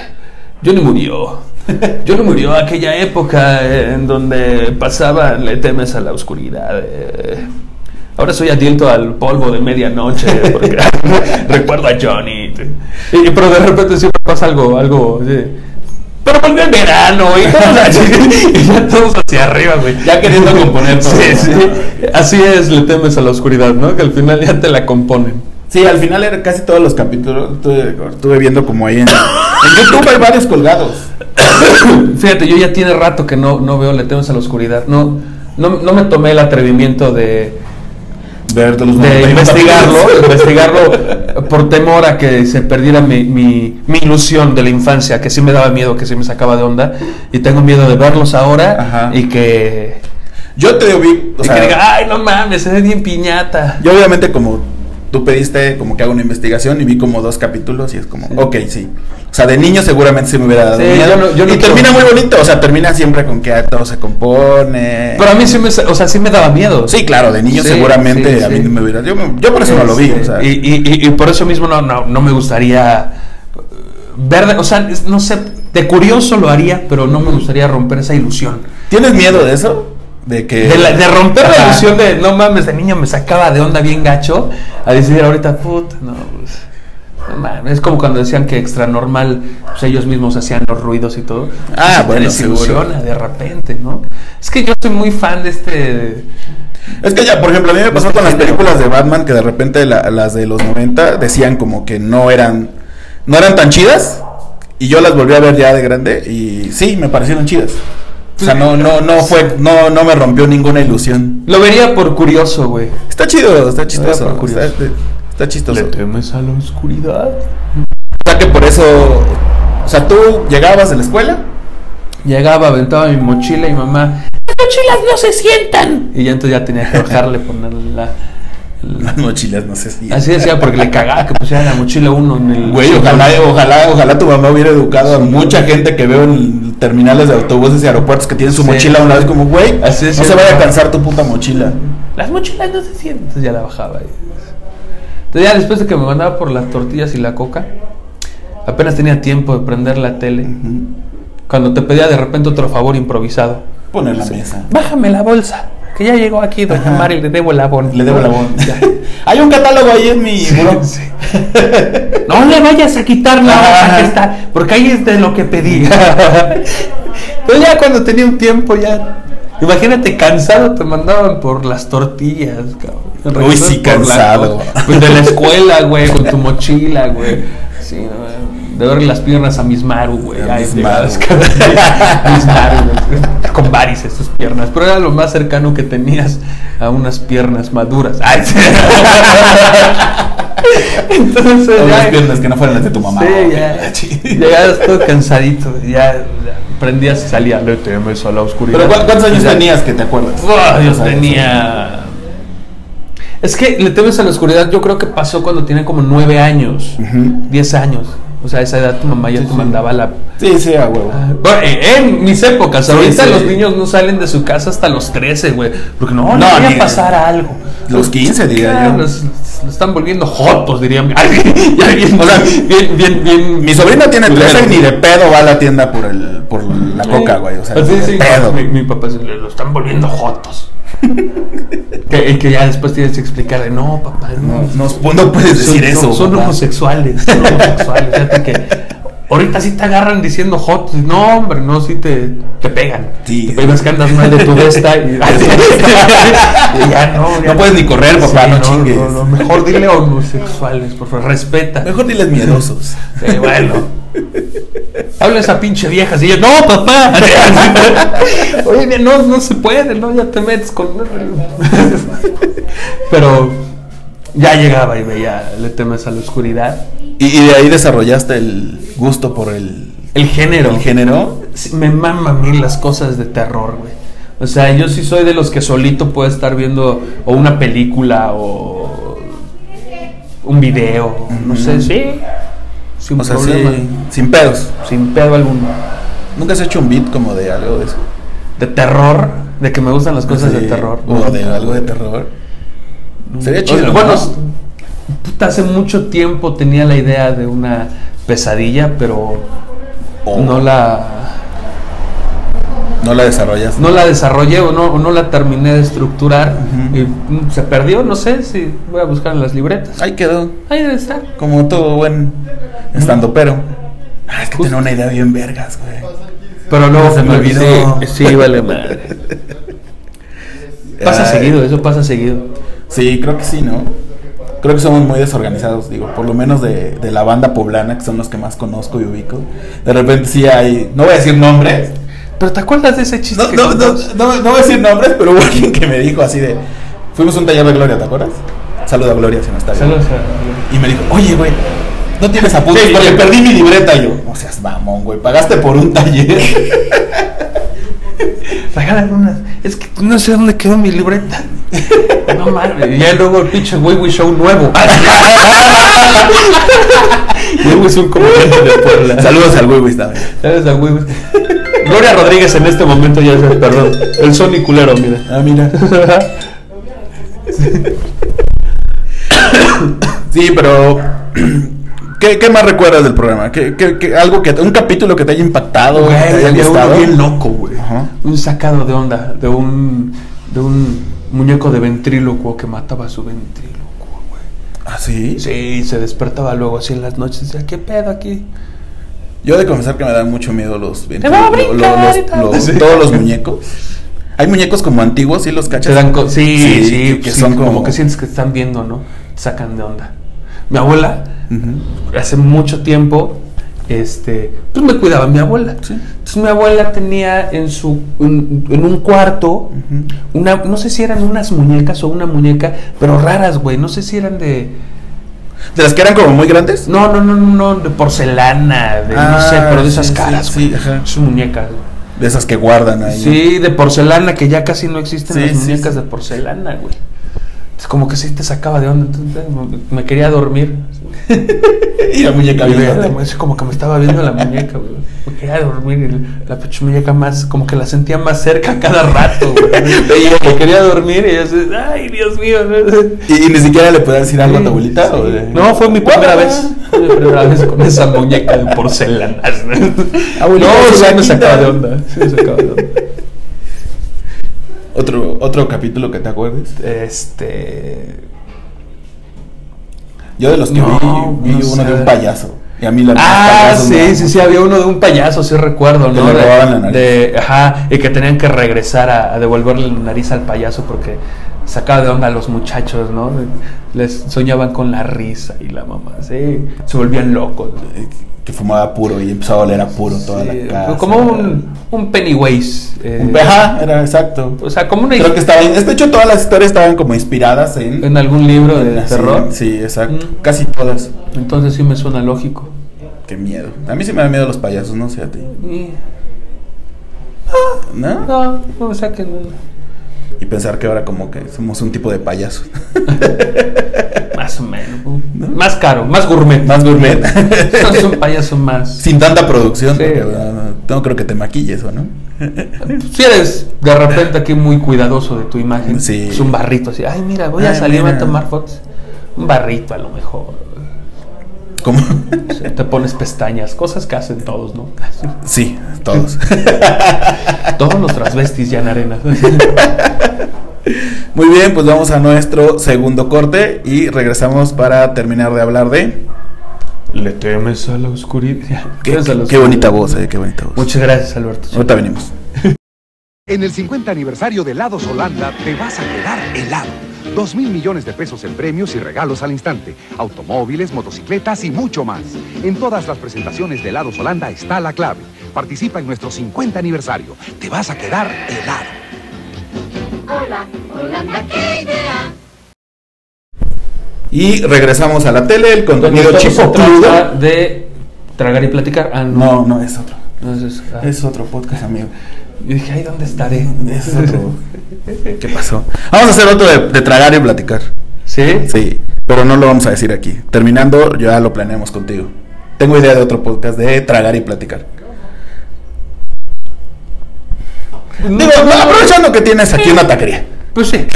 [SPEAKER 2] Johnny murió. Johnny murió aquella época eh, en donde pasaba Le temes a la oscuridad. eh. Ahora soy adicto al polvo de medianoche porque recuerdo a Johnny. Y- pero de repente siempre pasa algo, algo. sí. Pero volvió el verano y todos así- y ya todos hacia arriba, güey.
[SPEAKER 1] Ya queriendo componer todo.
[SPEAKER 2] Sí, sí. Así es, le temes a la oscuridad, ¿no? Que al final ya te la componen.
[SPEAKER 1] Sí, al final era casi todos los capítulos. Estuve, estuve viendo como ahí en, en YouTube hay varios colgados.
[SPEAKER 2] Fíjate, yo ya tiene rato que no, no veo Le temes a la oscuridad. No, no, no me tomé el atrevimiento de
[SPEAKER 1] ver de los
[SPEAKER 2] de
[SPEAKER 1] 91
[SPEAKER 2] investigarlo,
[SPEAKER 1] capítulos.
[SPEAKER 2] investigarlo por temor a que se perdiera mi, mi- mi ilusión de la infancia, que sí me daba miedo, que sí me sacaba de onda, y tengo miedo de verlos ahora
[SPEAKER 1] Ajá.
[SPEAKER 2] y que,
[SPEAKER 1] Yo te vi, o
[SPEAKER 2] y
[SPEAKER 1] sea,
[SPEAKER 2] que diga, ah, ay, no mames, se ve bien piñata.
[SPEAKER 1] yo obviamente como tú pediste como que haga una investigación y vi como dos capítulos y es como,
[SPEAKER 2] Sí.
[SPEAKER 1] ok, sí. O sea, de niño seguramente sí me hubiera dado
[SPEAKER 2] Sí,
[SPEAKER 1] miedo.
[SPEAKER 2] yo no- yo no
[SPEAKER 1] y termina
[SPEAKER 2] quiero-
[SPEAKER 1] muy bonito, o sea, termina siempre con que ah, todo se compone.
[SPEAKER 2] Pero a mí sí me, sa- o sea, sí me daba miedo.
[SPEAKER 1] Sí, claro, de niño
[SPEAKER 2] Sí,
[SPEAKER 1] seguramente
[SPEAKER 2] sí,
[SPEAKER 1] a mí
[SPEAKER 2] sí.
[SPEAKER 1] no me hubiera... Yo, me- yo por eso no lo vi,
[SPEAKER 2] Este,
[SPEAKER 1] o sea...
[SPEAKER 2] Y, y- y- y por eso mismo no, no, no me gustaría eh, ver, o sea, es- no sé, de curioso lo haría, pero no me gustaría romper esa ilusión.
[SPEAKER 1] ¿Tienes miedo de eso? De que...
[SPEAKER 2] De, la- de romper la
[SPEAKER 1] Eh, Ajá.
[SPEAKER 2] ilusión de, no mames, de niño me sacaba de onda bien gacho, a decir ahorita, puta, no, pues, no mames". es como cuando decían que extra normal, pues ellos mismos hacían los ruidos y todo.
[SPEAKER 1] Ah,
[SPEAKER 2] Pues,
[SPEAKER 1] bueno,
[SPEAKER 2] te desilusiona de repente, ¿no? Es que yo soy muy fan de este...
[SPEAKER 1] Es que ya, por ejemplo, a mí me pasó con las películas de Batman que de repente la- las de los 90 decían como que no eran no eran tan chidas y yo las volví a ver ya de grande y sí, me parecieron chidas. O sea, no no no fue no no me rompió ninguna ilusión.
[SPEAKER 2] Lo vería por curioso, güey.
[SPEAKER 1] Está chido, está
[SPEAKER 2] Ah,
[SPEAKER 1] chistoso.
[SPEAKER 2] por curioso.
[SPEAKER 1] Está, está chistoso. O
[SPEAKER 2] temes a la oscuridad?
[SPEAKER 1] sea, que por eso o sea, tú llegabas de la escuela
[SPEAKER 2] Llegaba, aventaba mi mochila y mamá, ¡las mochilas no se sientan! Y ya entonces ya tenía que bajarle, ponerle la...
[SPEAKER 1] las mochilas, no sé si
[SPEAKER 2] Así decía, porque le cagaba que pusiera la mochila uno en el...
[SPEAKER 1] Güey, ojalá, ojalá, ojalá tu mamá hubiera educado a mucha gente que veo en terminales de autobuses y aeropuertos que tienen su
[SPEAKER 2] Sí.
[SPEAKER 1] mochila a un lado. Es como, güey, no
[SPEAKER 2] Así es,
[SPEAKER 1] se
[SPEAKER 2] sí,
[SPEAKER 1] vaya a
[SPEAKER 2] no.
[SPEAKER 1] cansar tu puta mochila.
[SPEAKER 2] Las mochilas no se sientan. Entonces ya la bajaba. y- Entonces ya después de que me mandaba por las tortillas y la coca, apenas tenía tiempo de prender la tele. Cuando te pedía de repente otro favor improvisado.
[SPEAKER 1] Poner la mesa.
[SPEAKER 2] Bájame la bolsa, que ya llegó aquí doña
[SPEAKER 1] Ajá.
[SPEAKER 2] Mari, le debo el abón.
[SPEAKER 1] Le debo la bon.
[SPEAKER 2] Ya.
[SPEAKER 1] Hay un catálogo ahí en mi buró.
[SPEAKER 2] sí. Ah. No le vayas a quitar la hoja que está, porque ahí es de lo que pedí. Pero ya cuando tenía un tiempo, ya. Imagínate, cansado te mandaban por las tortillas, cabrón.
[SPEAKER 1] Uy, sí,
[SPEAKER 2] Por la-
[SPEAKER 1] cansado.
[SPEAKER 2] pues de la escuela, güey, con tu mochila, güey. Sí, no, de ver las piernas a Mismaru, güey.
[SPEAKER 1] A
[SPEAKER 2] Ay,
[SPEAKER 1] Mismaru.
[SPEAKER 2] llegadas, cabrón. Mismaru, güey. Con varices sus piernas. Pero era lo más cercano que tenías a unas piernas maduras. Ay, sí. Entonces,
[SPEAKER 1] Todas
[SPEAKER 2] ya-
[SPEAKER 1] las piernas que no fueran las de tu mamá.
[SPEAKER 2] Sí, ya. Llegabas todo cansadito. Ya, ya prendías y salías. Le temes a la oscuridad.
[SPEAKER 1] Pero ¿cu- ¿cuántos años
[SPEAKER 2] Ya.
[SPEAKER 1] tenías que te acuerdas?
[SPEAKER 2] Buah, yo
[SPEAKER 1] O sea,
[SPEAKER 2] tenía. Es que Le temes a la oscuridad, yo creo que pasó cuando tenía como nueve años,
[SPEAKER 1] Ujú.
[SPEAKER 2] diez años. O sea, a esa edad tu mamá ya
[SPEAKER 1] Sí,
[SPEAKER 2] te
[SPEAKER 1] sí.
[SPEAKER 2] mandaba la.
[SPEAKER 1] Sí, sí, a huevo.
[SPEAKER 2] Ah, bueno, eh, en mis épocas,
[SPEAKER 1] Sí,
[SPEAKER 2] ahorita
[SPEAKER 1] sí.
[SPEAKER 2] los niños no salen de su casa hasta los 13, güey. Porque no,
[SPEAKER 1] No,
[SPEAKER 2] no, voy
[SPEAKER 1] ni-
[SPEAKER 2] a pasar algo.
[SPEAKER 1] Los 15, diría
[SPEAKER 2] Claro,
[SPEAKER 1] yo.
[SPEAKER 2] Los, los están volviendo jotos, diría mi. Ay, ya bien,
[SPEAKER 1] O sea,
[SPEAKER 2] bien, bien, bien.
[SPEAKER 1] Mi sobrino tiene 13 y
[SPEAKER 2] Claro.
[SPEAKER 1] ni de pedo va a la tienda por el por la coca, güey. O sea,
[SPEAKER 2] Pues Sí,
[SPEAKER 1] ni de
[SPEAKER 2] sí,
[SPEAKER 1] pedo.
[SPEAKER 2] Mi, mi papá se le- lo están volviendo jotos. que, y que ya después tienes que explicar de no, papá, no.
[SPEAKER 1] No, no- no puedes
[SPEAKER 2] Son-
[SPEAKER 1] decir
[SPEAKER 2] son-
[SPEAKER 1] eso.
[SPEAKER 2] Son
[SPEAKER 1] papá.
[SPEAKER 2] homosexuales, son homosexuales. Fíjate que ahorita sí te agarran diciendo jotos. No, hombre, no, sí te, te pegan.
[SPEAKER 1] Sí.
[SPEAKER 2] Te pegas que andas mal de tu vesta y, y ya no. ya
[SPEAKER 1] No puedes ni correr, papá, no chingues.
[SPEAKER 2] no, no, mejor dile homosexuales, por favor, respeta.
[SPEAKER 1] Mejor diles miedosos.
[SPEAKER 2] Sí, bueno. Habla esa pinche vieja. Y yo, no, papá. Oye, no, no se puede, no, ya te metes con. Pero ya llegaba y veía, le temes a la oscuridad.
[SPEAKER 1] Y, y de ahí desarrollaste el gusto por el,
[SPEAKER 2] El género.
[SPEAKER 1] el género.
[SPEAKER 2] Sí, Me mama a mí las cosas de terror, güey. O sea, yo sí soy de los que solito puedo estar viendo o una película o un video, no sé, sí. Sin
[SPEAKER 1] O sea, sí,
[SPEAKER 2] problema,
[SPEAKER 1] sin pedos.
[SPEAKER 2] sin pedo alguno.
[SPEAKER 1] Nunca has hecho un beat como de algo de eso.
[SPEAKER 2] De terror, de que me gustan las cosas
[SPEAKER 1] Sí,
[SPEAKER 2] de terror.
[SPEAKER 1] O de algo de terror. Sería
[SPEAKER 2] O sea,
[SPEAKER 1] chido.
[SPEAKER 2] bueno,
[SPEAKER 1] ¿no?
[SPEAKER 2] s- puta, hace mucho tiempo tenía la idea de una pesadilla, pero
[SPEAKER 1] O
[SPEAKER 2] no la
[SPEAKER 1] no la desarrollas.
[SPEAKER 2] no la desarrollé o no, o no la terminé de estructurar
[SPEAKER 1] Ujú.
[SPEAKER 2] y mm, se perdió, no sé si voy a buscar en las libretas.
[SPEAKER 1] Ahí quedó.
[SPEAKER 2] Ahí debe estar.
[SPEAKER 1] Como todo buen estando pero. Ah, es que
[SPEAKER 2] Justo.
[SPEAKER 1] tenía una idea bien vergas, güey.
[SPEAKER 2] Pero luego
[SPEAKER 1] Se me olvidó.
[SPEAKER 2] Sí, sí, vale madre. Pasa
[SPEAKER 1] Ay,
[SPEAKER 2] seguido, eso pasa seguido.
[SPEAKER 1] Sí, creo que sí, ¿no? Creo que somos muy desorganizados, digo, por lo menos de, de la banda poblana, que son los que más conozco y ubico. De repente sí hay, no voy a decir nombres,
[SPEAKER 2] Pero ¿te acuerdas de ese chiste?
[SPEAKER 1] No,
[SPEAKER 2] que
[SPEAKER 1] no, no,
[SPEAKER 2] contamos?
[SPEAKER 1] no, no voy a decir nombres, pero hubo alguien que me dijo así de. Fuimos a un taller de Gloria, ¿te acuerdas? Saluda a Gloria si no está bien.
[SPEAKER 2] Saludos a-
[SPEAKER 1] Y me dijo, oye, güey, no tienes apuntes
[SPEAKER 2] Sí,
[SPEAKER 1] porque
[SPEAKER 2] sí.
[SPEAKER 1] perdí mi libreta. Y yo, no seas mamón, güey, pagaste por un taller.
[SPEAKER 2] Regálame unas. Es que no sé dónde quedó mi libreta. No mames. Y ya luego el pinche Wii Show nuevo. Wii es un comediante de Puebla.
[SPEAKER 1] Saludos al güey, güey, está bien.
[SPEAKER 2] ¿Sabes a Wii? Gloria Rodríguez en este momento ya se perdón. El soniculero, mira.
[SPEAKER 1] Ah, mira. Sí, pero. ¿Qué, qué más recuerdas del programa? ¿Qué, qué- qué- algo que, un capítulo que te haya impactado,
[SPEAKER 2] Ah, Güey,
[SPEAKER 1] que te haya
[SPEAKER 2] había uno
[SPEAKER 1] gustado.
[SPEAKER 2] bien loco, güey.
[SPEAKER 1] Ajá.
[SPEAKER 2] Un sacado de onda de un de un muñeco de ventrílocuo que mataba a su ventrílocuo, güey.
[SPEAKER 1] ¿Ah, sí?
[SPEAKER 2] Sí, se despertaba luego así en las noches y decía, ¿qué pedo aquí?
[SPEAKER 1] Yo he de confesar que me dan mucho miedo los
[SPEAKER 2] Te va a brincar
[SPEAKER 1] los-
[SPEAKER 2] y tal.
[SPEAKER 1] los-
[SPEAKER 2] Sí.
[SPEAKER 1] todos los muñecos. Hay muñecos como antiguos, ¿sí los
[SPEAKER 2] Te
[SPEAKER 1] cachas?
[SPEAKER 2] dan co- sí, sí,
[SPEAKER 1] que, que son como,
[SPEAKER 2] que sientes que están viendo, ¿no? Te sacan de onda. Mi abuela,
[SPEAKER 1] Ujú.
[SPEAKER 2] hace mucho tiempo, este, pues me cuidaba mi abuela.
[SPEAKER 1] Sí.
[SPEAKER 2] Entonces mi abuela tenía en su, en, en un cuarto,
[SPEAKER 1] Ujú.
[SPEAKER 2] una, no sé si eran unas muñecas o una muñeca, pero raras, güey. No sé si eran de,
[SPEAKER 1] ¿De las que eran como muy grandes?
[SPEAKER 2] no, no, no, no, no, de porcelana, de no
[SPEAKER 1] Ah,
[SPEAKER 2] sé, pero de
[SPEAKER 1] sí,
[SPEAKER 2] esas
[SPEAKER 1] sí,
[SPEAKER 2] caras,
[SPEAKER 1] sí,
[SPEAKER 2] güey.
[SPEAKER 1] ajá.
[SPEAKER 2] Esas muñecas, güey.
[SPEAKER 1] De esas que guardan ahí.
[SPEAKER 2] Sí, de porcelana, que ya casi no existen
[SPEAKER 1] Sí,
[SPEAKER 2] las
[SPEAKER 1] sí,
[SPEAKER 2] muñecas
[SPEAKER 1] sí.
[SPEAKER 2] de porcelana, güey. Es como que sí te sacaba de onda, entonces, eh, me- me quería dormir.
[SPEAKER 1] Y la muñeca
[SPEAKER 2] Y veía
[SPEAKER 1] viéndote.
[SPEAKER 2] la mu- así como que me estaba viendo la muñeca, güey. Me quería dormir y la pinche muñeca más, como que la sentía más cerca cada rato, güey. Y me quería dormir y yo así, ay, Dios mío. ¿no?
[SPEAKER 1] Y, y ni siquiera le podías decir algo a tu abuelita.
[SPEAKER 2] Sí.
[SPEAKER 1] o de-
[SPEAKER 2] No, fue mi primera vez. Fue mi primera vez con esa muñeca de porcelana.
[SPEAKER 1] Abuelita,
[SPEAKER 2] no,
[SPEAKER 1] es
[SPEAKER 2] sí me
[SPEAKER 1] bonita.
[SPEAKER 2] sacaba de onda. Sí me sacaba de onda.
[SPEAKER 1] Otro, otro capítulo que te acuerdes.
[SPEAKER 2] Este.
[SPEAKER 1] Yo de los que
[SPEAKER 2] No,
[SPEAKER 1] vi, vi
[SPEAKER 2] no
[SPEAKER 1] uno
[SPEAKER 2] sé.
[SPEAKER 1] de un payaso. Y a mí la
[SPEAKER 2] Ah,
[SPEAKER 1] los payasos
[SPEAKER 2] sí,
[SPEAKER 1] no-
[SPEAKER 2] sí, sí, había uno de un payaso, sí recuerdo,
[SPEAKER 1] Que
[SPEAKER 2] ¿no?
[SPEAKER 1] le
[SPEAKER 2] De-
[SPEAKER 1] robaban la nariz.
[SPEAKER 2] de- ajá, y que tenían que regresar a, a devolverle la nariz al payaso porque sacaba de onda a los muchachos, ¿no? Les soñaban con la risa y la mamá, sí, se volvían locos.
[SPEAKER 1] Eh, Que fumaba puro y empezaba a oler a puro toda
[SPEAKER 2] Sí,
[SPEAKER 1] la casa.
[SPEAKER 2] Como un, un Pennywise. eh, pues,
[SPEAKER 1] Un- Ajá, era exacto.
[SPEAKER 2] o sea, como una
[SPEAKER 1] Creo que estaba en. De hecho, todas las historias estaban como inspiradas en.
[SPEAKER 2] en algún libro de
[SPEAKER 1] en-
[SPEAKER 2] terror.
[SPEAKER 1] Sí, exacto.
[SPEAKER 2] Mm.
[SPEAKER 1] Casi todas.
[SPEAKER 2] Entonces sí me suena lógico.
[SPEAKER 1] Qué miedo. A mí sí me dan miedo los payasos, no sé a ti.
[SPEAKER 2] Y-
[SPEAKER 1] ¿No?
[SPEAKER 2] no, no, o sea que no.
[SPEAKER 1] Y pensar que ahora como que somos un tipo de payasos.
[SPEAKER 2] Más o menos. Más caro, más gourmet.
[SPEAKER 1] Más gourmet.
[SPEAKER 2] Entonces un payaso más.
[SPEAKER 1] Sin tanta producción.
[SPEAKER 2] Sí.
[SPEAKER 1] porque, uh, no creo que te maquilles, ¿o no?
[SPEAKER 2] Si eres de repente aquí muy cuidadoso de tu imagen,
[SPEAKER 1] Sí.
[SPEAKER 2] es un barrito así. Ay, mira, voy a
[SPEAKER 1] Ay,
[SPEAKER 2] salir
[SPEAKER 1] mira.
[SPEAKER 2] a tomar fotos. Un barrito a lo mejor.
[SPEAKER 1] Como...
[SPEAKER 2] O sea, Te pones pestañas, cosas que hacen todos, ¿no?
[SPEAKER 1] Sí, todos.
[SPEAKER 2] Todos los transvestis ya en arena.
[SPEAKER 1] Muy bien, pues vamos a nuestro segundo corte y regresamos para terminar de hablar de...
[SPEAKER 2] Le temes a la oscuridad.
[SPEAKER 1] Qué,
[SPEAKER 2] Temes a la
[SPEAKER 1] qué bonita
[SPEAKER 2] oscuridad.
[SPEAKER 1] voz, eh, qué bonita voz.
[SPEAKER 2] Muchas gracias, Alberto.
[SPEAKER 1] Ahorita venimos.
[SPEAKER 4] En el 50 aniversario de Helados Holanda te vas a quedar helado. 2 mil millones de pesos en premios y regalos al instante. Automóviles, motocicletas y mucho más. En todas las presentaciones de Helados Holanda está la clave. Participa en nuestro 50 aniversario. Te vas a quedar helado.
[SPEAKER 5] Hola, Holanda, qué idea.
[SPEAKER 1] Y regresamos a la tele, el contenido
[SPEAKER 2] Entonces,
[SPEAKER 1] chico
[SPEAKER 2] se
[SPEAKER 1] crudo.
[SPEAKER 2] trata de tragar y platicar. Ah,
[SPEAKER 1] No,
[SPEAKER 2] no.
[SPEAKER 1] no, es otro.
[SPEAKER 2] Entonces, ah,
[SPEAKER 1] Es otro podcast, amigo.
[SPEAKER 2] Y dije, ay, ¿dónde estaré?
[SPEAKER 1] Es otro. ¿Qué pasó? Vamos a hacer otro de, de tragar y platicar.
[SPEAKER 2] ¿Sí?
[SPEAKER 1] Sí, pero no lo vamos a decir aquí. Terminando, ya lo planeamos contigo. Tengo idea de otro podcast de tragar y platicar. Digo, aprovechando que tienes aquí una taquería.
[SPEAKER 2] Pues sí.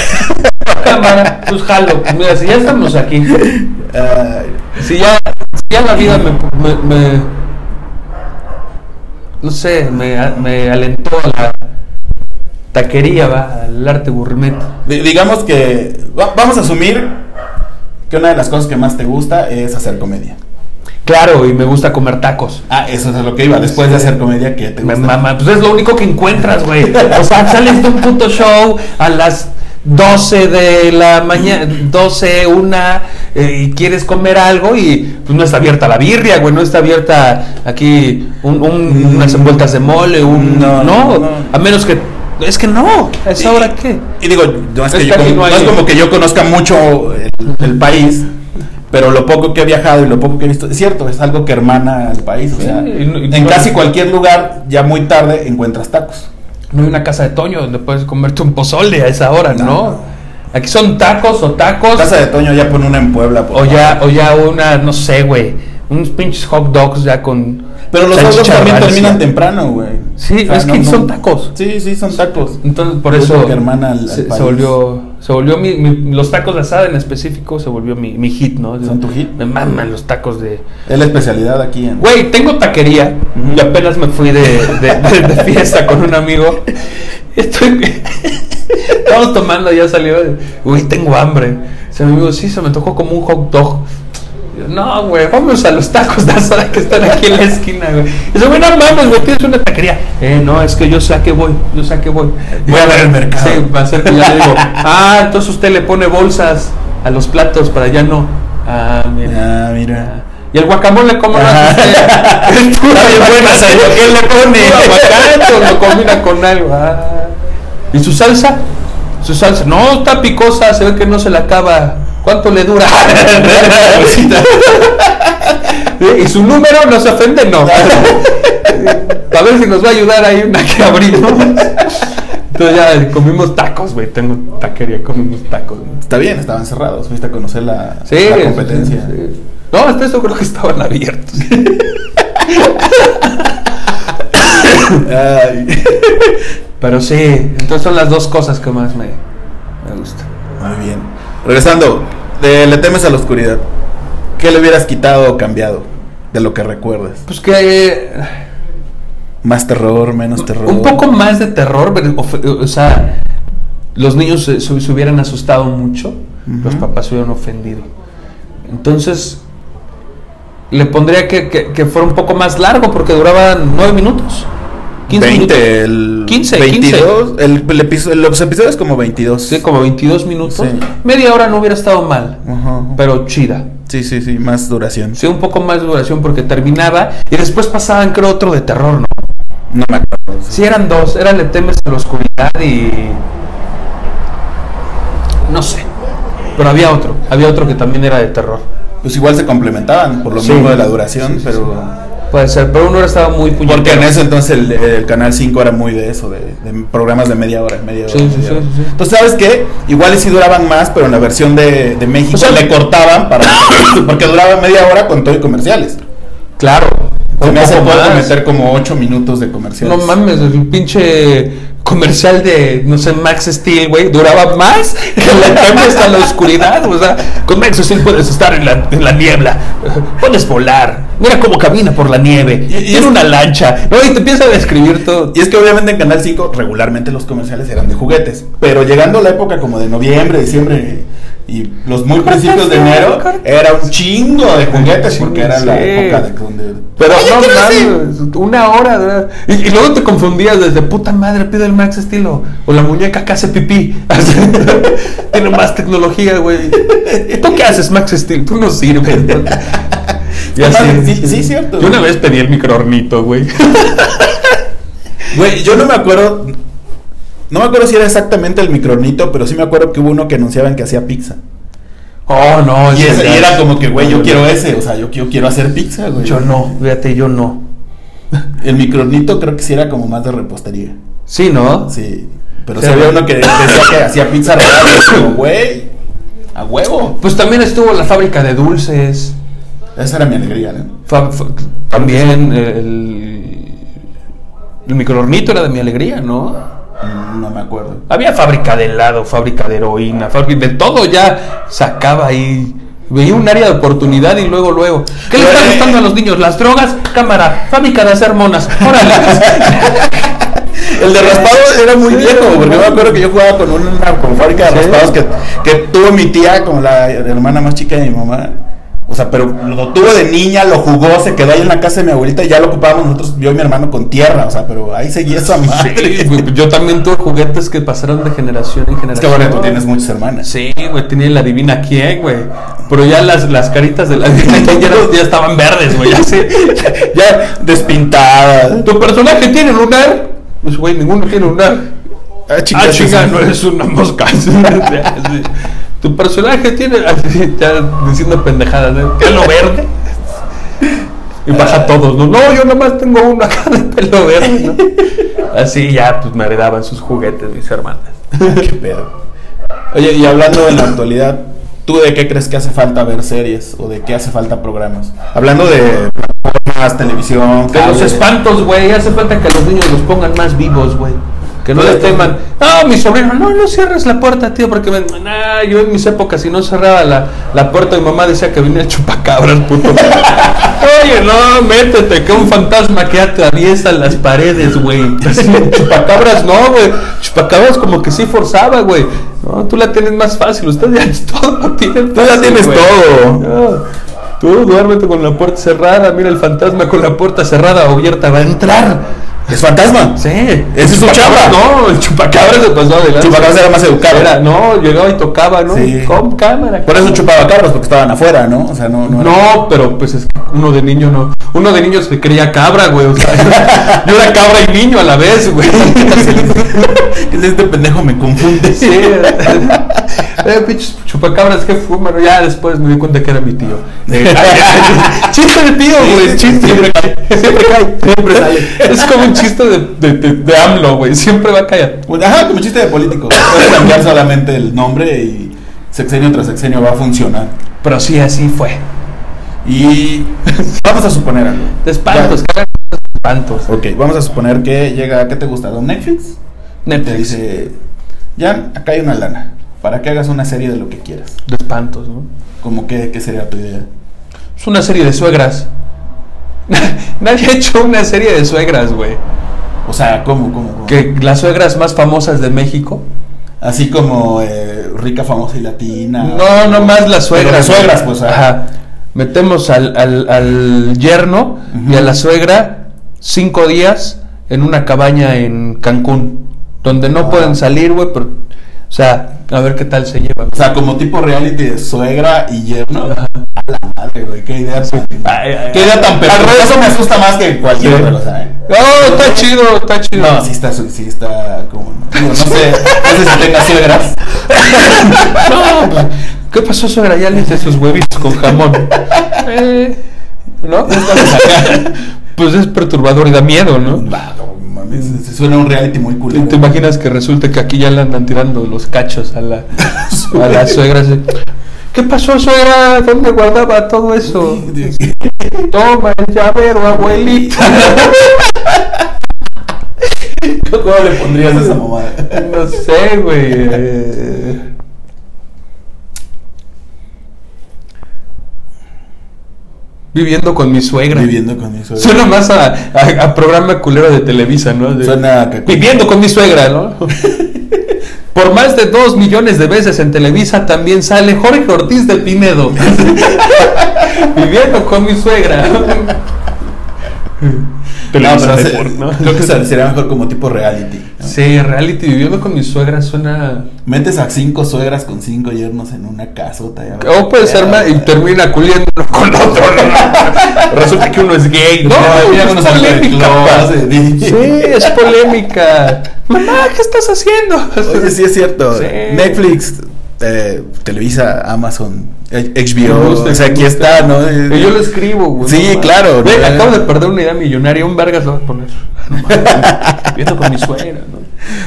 [SPEAKER 2] Cámara, pues jalo. Mira, si ya estamos aquí.
[SPEAKER 1] Ay,
[SPEAKER 2] Si ya, si ya la vida me, me, me- No sé, me, a- me alentó a la taquería, va, al arte gourmet.
[SPEAKER 1] di- digamos que va- vamos a asumir que una de las cosas que más te gusta es hacer comedia.
[SPEAKER 2] Claro, y me gusta comer tacos.
[SPEAKER 1] Ah, eso es a lo que iba. Después de hacer comedia, que te
[SPEAKER 2] Me
[SPEAKER 1] gusta?
[SPEAKER 2] mama, pues es lo único que encuentras, güey. O sea, sales de un puto show a las 12 de la mañana, 12, 1, eh, y quieres comer algo y pues no está abierta la birria, güey, no está abierta aquí un- un-
[SPEAKER 1] Mm.
[SPEAKER 2] unas envueltas de mole, un...
[SPEAKER 1] No,
[SPEAKER 2] No,
[SPEAKER 1] no.
[SPEAKER 2] a menos que Es que no. ¿A esa hora
[SPEAKER 1] Y-
[SPEAKER 2] qué?
[SPEAKER 1] Y digo, no es, que
[SPEAKER 2] Es
[SPEAKER 1] yo
[SPEAKER 2] que aquí
[SPEAKER 1] con-
[SPEAKER 2] no hay-
[SPEAKER 1] no es como que yo conozca mucho el, el país, pero lo poco que he viajado y lo poco que he visto, es cierto, es algo que hermana al país. o
[SPEAKER 2] Sí,
[SPEAKER 1] sea,
[SPEAKER 2] y no- y
[SPEAKER 1] en
[SPEAKER 2] no-
[SPEAKER 1] casi cualquier lugar, ya muy tarde, encuentras tacos.
[SPEAKER 2] No hay una casa de Toño donde puedes comerte un pozole a esa hora, ¿no? Aquí son tacos o tacos.
[SPEAKER 1] Casa de Toño ya pone una en Puebla. por
[SPEAKER 2] O
[SPEAKER 1] favor.
[SPEAKER 2] ya, o ya una, no sé, güey. Unos pinches hot dogs ya con.
[SPEAKER 1] Pero los tacos
[SPEAKER 2] salchicha
[SPEAKER 1] también
[SPEAKER 2] rancia.
[SPEAKER 1] terminan temprano, güey.
[SPEAKER 2] Sí, es que son tacos.
[SPEAKER 1] Sí, sí, son tacos.
[SPEAKER 2] Entonces, por
[SPEAKER 1] Yo
[SPEAKER 2] eso.
[SPEAKER 1] creo que hermana al- al
[SPEAKER 2] se, se
[SPEAKER 1] país.
[SPEAKER 2] volvió. Se volvió mi, mi- Los tacos de asada en específico se volvió mi, mi hit, ¿no?
[SPEAKER 1] ¿Son tu hit?
[SPEAKER 2] Me maman los tacos de.
[SPEAKER 1] Es la especialidad aquí en.
[SPEAKER 2] Güey, tengo taquería. Y apenas me fui de, de- de- de fiesta con un amigo. Estoy. Estamos tomando, ya salió. Güey, tengo hambre. Se me dijo, sí, se me tocó como un hot dog. Yo, No, güey, vamos a los tacos de asada que están aquí en la esquina, güey. Dice, güey, no mames, güey, tienes una taquería. Eh, no, es que yo sé a qué voy, yo sé a qué voy.
[SPEAKER 1] Voy a ver el mercado.
[SPEAKER 2] Sí, va a ser que ya le digo, ah, entonces usted le pone bolsas a los platos para ya no. Ah, mira.
[SPEAKER 1] Ah, mira.
[SPEAKER 2] Y el guacamole, ¿cómo lo
[SPEAKER 1] Ajá.
[SPEAKER 2] hace usted? Tú,
[SPEAKER 1] Está bien buena, señor, ¿qué le pone?
[SPEAKER 2] Tú, aguacate, o lo combina con algo. Ah. ¿Y su salsa? Su salsa. No, está picosa, se ve que no se la acaba. ¿Cuánto le dura? ¿Y su número? ¿No se ofende? No. A ver si nos va a ayudar ahí una que abrimos. Entonces ya comimos tacos, güey. Tengo taquería, comimos tacos. güey.
[SPEAKER 1] Está bien, estaban cerrados. Fuiste a conocer la,
[SPEAKER 2] Sí,
[SPEAKER 1] la competencia.
[SPEAKER 2] sí, sí. No, hasta eso creo que estaban abiertos.
[SPEAKER 1] Ay.
[SPEAKER 2] Pero sí, entonces son las dos cosas que más me, me gustan.
[SPEAKER 1] Muy bien. Regresando, de Le temes a la oscuridad. ¿Qué le hubieras quitado o cambiado de lo que recuerdas?
[SPEAKER 2] Pues que eh,
[SPEAKER 1] Más terror, menos terror.
[SPEAKER 2] un poco más de terror, pero, of- o sea, los niños se, se- se hubieran asustado mucho,
[SPEAKER 1] Ujú.
[SPEAKER 2] los papás se hubieran ofendido. Entonces, le pondría que, que- que fuera un poco más largo porque duraban nueve minutos. 15 minutos.
[SPEAKER 1] 20, el
[SPEAKER 2] 15,
[SPEAKER 1] 22, El, el episo- los episodios como 22.
[SPEAKER 2] Sí, como 22 minutos.
[SPEAKER 1] Sí.
[SPEAKER 2] Media hora no hubiera estado mal,
[SPEAKER 1] Ajá.
[SPEAKER 2] pero chida.
[SPEAKER 1] sí, sí, sí, más duración.
[SPEAKER 2] Sí, un poco más de duración porque terminaba y después pasaban, creo, otro de terror, ¿no?
[SPEAKER 1] No me acuerdo.
[SPEAKER 2] Sí, eran dos. Era Le temes a la oscuridad y... No sé. Pero había otro. Había otro que también era de terror.
[SPEAKER 1] Pues igual se complementaban por lo
[SPEAKER 2] Sí.
[SPEAKER 1] mismo de la duración, pero...
[SPEAKER 2] Puede ser, pero uno estaba muy puñetero.
[SPEAKER 1] Porque en ese entonces el, el canal 5 era muy de eso, de, de programas de media hora, media hora.
[SPEAKER 2] Sí, sí,
[SPEAKER 1] media
[SPEAKER 2] sí,
[SPEAKER 1] hora.
[SPEAKER 2] sí, sí.
[SPEAKER 1] Entonces, ¿sabes qué? Igual y sí duraban más, pero en la versión de, de México
[SPEAKER 2] O sea, ¡Ah!
[SPEAKER 1] le cortaban para. porque duraba media hora con todo y comerciales.
[SPEAKER 2] Claro.
[SPEAKER 1] Se
[SPEAKER 2] Un
[SPEAKER 1] me hace
[SPEAKER 2] poco
[SPEAKER 1] poco
[SPEAKER 2] más.
[SPEAKER 1] meter como 8 minutos de comerciales.
[SPEAKER 2] No mames, el pinche comercial de, no sé, Max Steel, güey, duraba más que la niebla hasta la oscuridad. O sea, con Max Steel puedes estar en la, en la niebla, puedes volar, mira cómo camina por la nieve,
[SPEAKER 1] Y- y
[SPEAKER 2] tiene
[SPEAKER 1] es-
[SPEAKER 2] una lancha, ¿no? Y te empieza a describir todo.
[SPEAKER 1] Y es que obviamente en Canal 5 regularmente los comerciales eran de juguetes, pero llegando la época como de noviembre, diciembre y los muy principios de enero, era un chingo de juguetes porque era la
[SPEAKER 2] Sí.
[SPEAKER 1] época de donde
[SPEAKER 2] Pero no mames, una hora. ¿verdad? Y, y luego te confundías desde puta madre, pido el Max Steel o, o la muñeca que hace pipí. Así, Tiene más tecnología, güey. ¿Tú qué haces, Max Steel? Tú no sirves. ¿no? Y así.
[SPEAKER 1] Además, sí, sí, cierto.
[SPEAKER 2] Yo una vez pedí el microornito, güey.
[SPEAKER 1] Güey, yo no me acuerdo. No me acuerdo si era exactamente el micronito, pero sí me acuerdo que hubo uno que anunciaban que hacía pizza.
[SPEAKER 2] Oh, no.
[SPEAKER 1] Y,
[SPEAKER 2] ese
[SPEAKER 1] ese-
[SPEAKER 2] ya
[SPEAKER 1] y era
[SPEAKER 2] es-
[SPEAKER 1] como que, güey, yo quiero ese. O sea, yo, yo quiero hacer pizza, güey.
[SPEAKER 2] Yo no, fíjate, yo no.
[SPEAKER 1] El micronito creo que sí era como más de repostería.
[SPEAKER 2] Sí, ¿no?
[SPEAKER 1] Sí. Pero
[SPEAKER 2] Sí,
[SPEAKER 1] sí, había
[SPEAKER 2] güey.
[SPEAKER 1] uno que decía que hacía pizza real. y yo como, güey, a huevo.
[SPEAKER 2] Pues también estuvo la fábrica de dulces.
[SPEAKER 1] Esa era mi alegría, ¿no?
[SPEAKER 2] Fa- fa- también el, el microornito era de mi alegría, ¿no?
[SPEAKER 1] Mm, No me acuerdo.
[SPEAKER 2] Había fábrica de helado, fábrica de heroína, fábrica de todo ya sacaba ahí. Veía un área de oportunidad y luego, luego. ¿Qué le
[SPEAKER 1] eh,
[SPEAKER 2] está gustando a los niños? ¿Las drogas? Cámara, fábrica de hacer monas. Órale.
[SPEAKER 1] El de raspados era muy viejo, porque me acuerdo que yo jugaba con una con fábrica de
[SPEAKER 2] Sí.
[SPEAKER 1] raspados que, que tuvo mi tía, como la hermana más chica de mi mamá. O sea, pero lo tuvo de niña, lo jugó, se quedó ahí en la casa de mi abuelita y ya lo ocupábamos nosotros, yo y mi hermano con tierra, o sea, pero ahí seguía esa madre.
[SPEAKER 2] Sí, güey, pues yo también tuve juguetes que pasaron de generación en generación.
[SPEAKER 1] Es que bueno, tú tienes muchas hermanas.
[SPEAKER 2] Sí, güey, tenía la divina quién, güey. Pero ya las, las caritas de la divina quién ya, eran- ya estaban verdes, güey. Ya, se-
[SPEAKER 1] Ya despintadas.
[SPEAKER 2] ¿Tu personaje tiene lunar? Pues, güey, ninguno tiene lunar.
[SPEAKER 1] Ah,
[SPEAKER 2] Ah,
[SPEAKER 1] chinga,
[SPEAKER 2] chinga,
[SPEAKER 1] sí.
[SPEAKER 2] no eres una mosca. Sí, sí. tu personaje tiene. así, ya diciendo pendejadas. ¿eh? Pelo verde. Ah. Y baja todos, ¿no? No, yo nomás tengo uno acá de pelo verde, ¿no? Así ya, pues me heredaban sus juguetes mis hermanas.
[SPEAKER 1] Qué pedo. Oye, y hablando de la actualidad, ¿tú de qué crees que hace falta ver series o de qué hace falta programas? Hablando de plataformas, televisión,
[SPEAKER 2] Que los
[SPEAKER 1] cable.
[SPEAKER 2] espantos, güey. Hace falta que los niños los pongan más vivos, güey. Que no les teman. No, mi sobrino, no, no cierres la puerta, tío, porque me, nah, yo en mis épocas, si no cerraba la, la puerta, mi mamá decía que venía el chupacabras, puto. Oye, no, métete, que un fantasma que ya te atraviesa las paredes, güey. Así, Chupacabras no, güey. Chupacabras como que sí forzaba, güey. No, tú la tienes más fácil, usted ya todo lo tienen
[SPEAKER 1] Tú ya
[SPEAKER 2] fácil,
[SPEAKER 1] tienes
[SPEAKER 2] güey.
[SPEAKER 1] todo.
[SPEAKER 2] No, Tú duérmete con la puerta cerrada, mira el fantasma con la puerta cerrada o abierta, va a entrar.
[SPEAKER 1] Es fantasma.
[SPEAKER 2] Sí. ¿Ese
[SPEAKER 1] es su chamba.
[SPEAKER 2] No, el chupacabra se pasó adelante.
[SPEAKER 1] Chupacabras era más educado.
[SPEAKER 2] Era, no, llegaba y tocaba, ¿no?
[SPEAKER 1] Sí.
[SPEAKER 2] Con cámara.
[SPEAKER 1] Por eso chupaba cabras, porque estaban afuera, ¿no? O sea, no. No,
[SPEAKER 2] No, pero pues es que uno de niño no. Uno de niño se creía cabra, güey. O sea, yo era cabra y niño a la vez, güey.
[SPEAKER 1] Este pendejo me confunde.
[SPEAKER 2] Sí. Eh, pinches chupacabras que fuman. Ya después me di cuenta que era mi tío. Eh, chiste de tío, güey. Chiste. Siempre cae. Siempre cae. Siempre sale. Es como un chiste de, de, de, de AMLO, güey. Siempre va a caer.
[SPEAKER 1] Pues, Ajá, como chiste de político. Puedes cambiar solamente el nombre y sexenio tras sexenio va a funcionar.
[SPEAKER 2] Pero sí, así fue.
[SPEAKER 1] Y vamos a suponer algo.
[SPEAKER 2] De espantos. que hagan cosas de espantos.
[SPEAKER 1] Ok, vamos a suponer que llega, ¿qué te gusta? ¿Don Netflix? Te
[SPEAKER 2] Netflix.
[SPEAKER 1] dice, Jan, acá hay una lana, para que hagas una serie de lo que quieras.
[SPEAKER 2] De espantos, ¿no?
[SPEAKER 1] Como que, ¿qué sería tu idea?
[SPEAKER 2] Es una serie de suegras. Nadie ha hecho una serie de suegras, güey.
[SPEAKER 1] O sea, ¿cómo, cómo, cómo?
[SPEAKER 2] Que las suegras más famosas de México
[SPEAKER 1] Así como eh, rica, famosa y latina.
[SPEAKER 2] No, no más las suegras.
[SPEAKER 1] Pero las suegras,
[SPEAKER 2] güey.
[SPEAKER 1] pues, ah.
[SPEAKER 2] Ajá. Metemos al, al, al yerno
[SPEAKER 1] Ujú.
[SPEAKER 2] y a la suegra cinco días en una cabaña en Cancún, donde no
[SPEAKER 1] Ah.
[SPEAKER 2] pueden salir, güey, pero, o sea, a ver qué tal se llevan.
[SPEAKER 1] O sea, como tipo reality de suegra y yerno. A la madre, güey, qué idea tan... Qué idea tan
[SPEAKER 2] Al
[SPEAKER 1] perversa.
[SPEAKER 2] revés.
[SPEAKER 1] Eso me asusta más que cualquier
[SPEAKER 2] Sí.
[SPEAKER 1] otra cosa, ¿eh?
[SPEAKER 2] No, está chido, está chido.
[SPEAKER 1] No, sí está, sí está como... digo, no sé, no sé si tenga suegras.
[SPEAKER 2] No, pues, ¿Qué pasó, suegra? Ya le hice sus huevitos con jamón. Eh, ¿No? pues es perturbador y da miedo, ¿no?
[SPEAKER 1] Bah, no mames, se suena un reality muy
[SPEAKER 2] ¿Te,
[SPEAKER 1] culero.
[SPEAKER 2] te imaginas que resulte que aquí ya le andan tirando los cachos a la, a la suegra? así, ¿Qué pasó, suegra? ¿Dónde guardaba todo eso? Toma el llavero, abuelita.
[SPEAKER 1] ¿Cómo le pondrías a esa mamada?
[SPEAKER 2] No sé, güey. eh. Viviendo con mi suegra.
[SPEAKER 1] Viviendo con mi suegra.
[SPEAKER 2] Suena más a, a- a programa culero de Televisa, ¿no? De-
[SPEAKER 1] Suena a que-
[SPEAKER 2] Viviendo con mi suegra, ¿no? Por más de dos millones de veces en Televisa también sale Jorge Ortiz de Pinedo. Viviendo con mi suegra.
[SPEAKER 1] No, Ah.
[SPEAKER 2] Televisa
[SPEAKER 1] pero se-
[SPEAKER 2] Deportes, ¿no?
[SPEAKER 1] Creo que se- sería mejor como tipo reality. ¿no?
[SPEAKER 2] Sí, reality viviendo con mi suegra suena.
[SPEAKER 1] Metes a cinco suegras con cinco yernos en una casota. ya ves.
[SPEAKER 2] O puede ser más y termina culiendo uno con otro. ¿no? Resulta que uno es gay. No,
[SPEAKER 1] Ya, ya
[SPEAKER 2] es
[SPEAKER 1] uno sale del
[SPEAKER 2] polémica,
[SPEAKER 1] closet,
[SPEAKER 2] pa.
[SPEAKER 1] dije.
[SPEAKER 2] Sí, es polémica. Mamá, ¿qué estás haciendo?
[SPEAKER 1] Oye, sí es cierto.
[SPEAKER 2] Sí.
[SPEAKER 1] Netflix, eh, Televisa, Amazon, H- HBO.
[SPEAKER 2] Me gusta,
[SPEAKER 1] o sea,
[SPEAKER 2] me
[SPEAKER 1] aquí
[SPEAKER 2] gusta.
[SPEAKER 1] está, ¿no? Eh,
[SPEAKER 2] Y yo lo escribo, güey.
[SPEAKER 1] Sí,
[SPEAKER 2] No,
[SPEAKER 1] claro,
[SPEAKER 2] Güey,
[SPEAKER 1] no,
[SPEAKER 2] acabo
[SPEAKER 1] no.
[SPEAKER 2] de perder una idea millonaria. Un Vargas lo va a poner. No mames, Viendo con mi suegra, ¿no?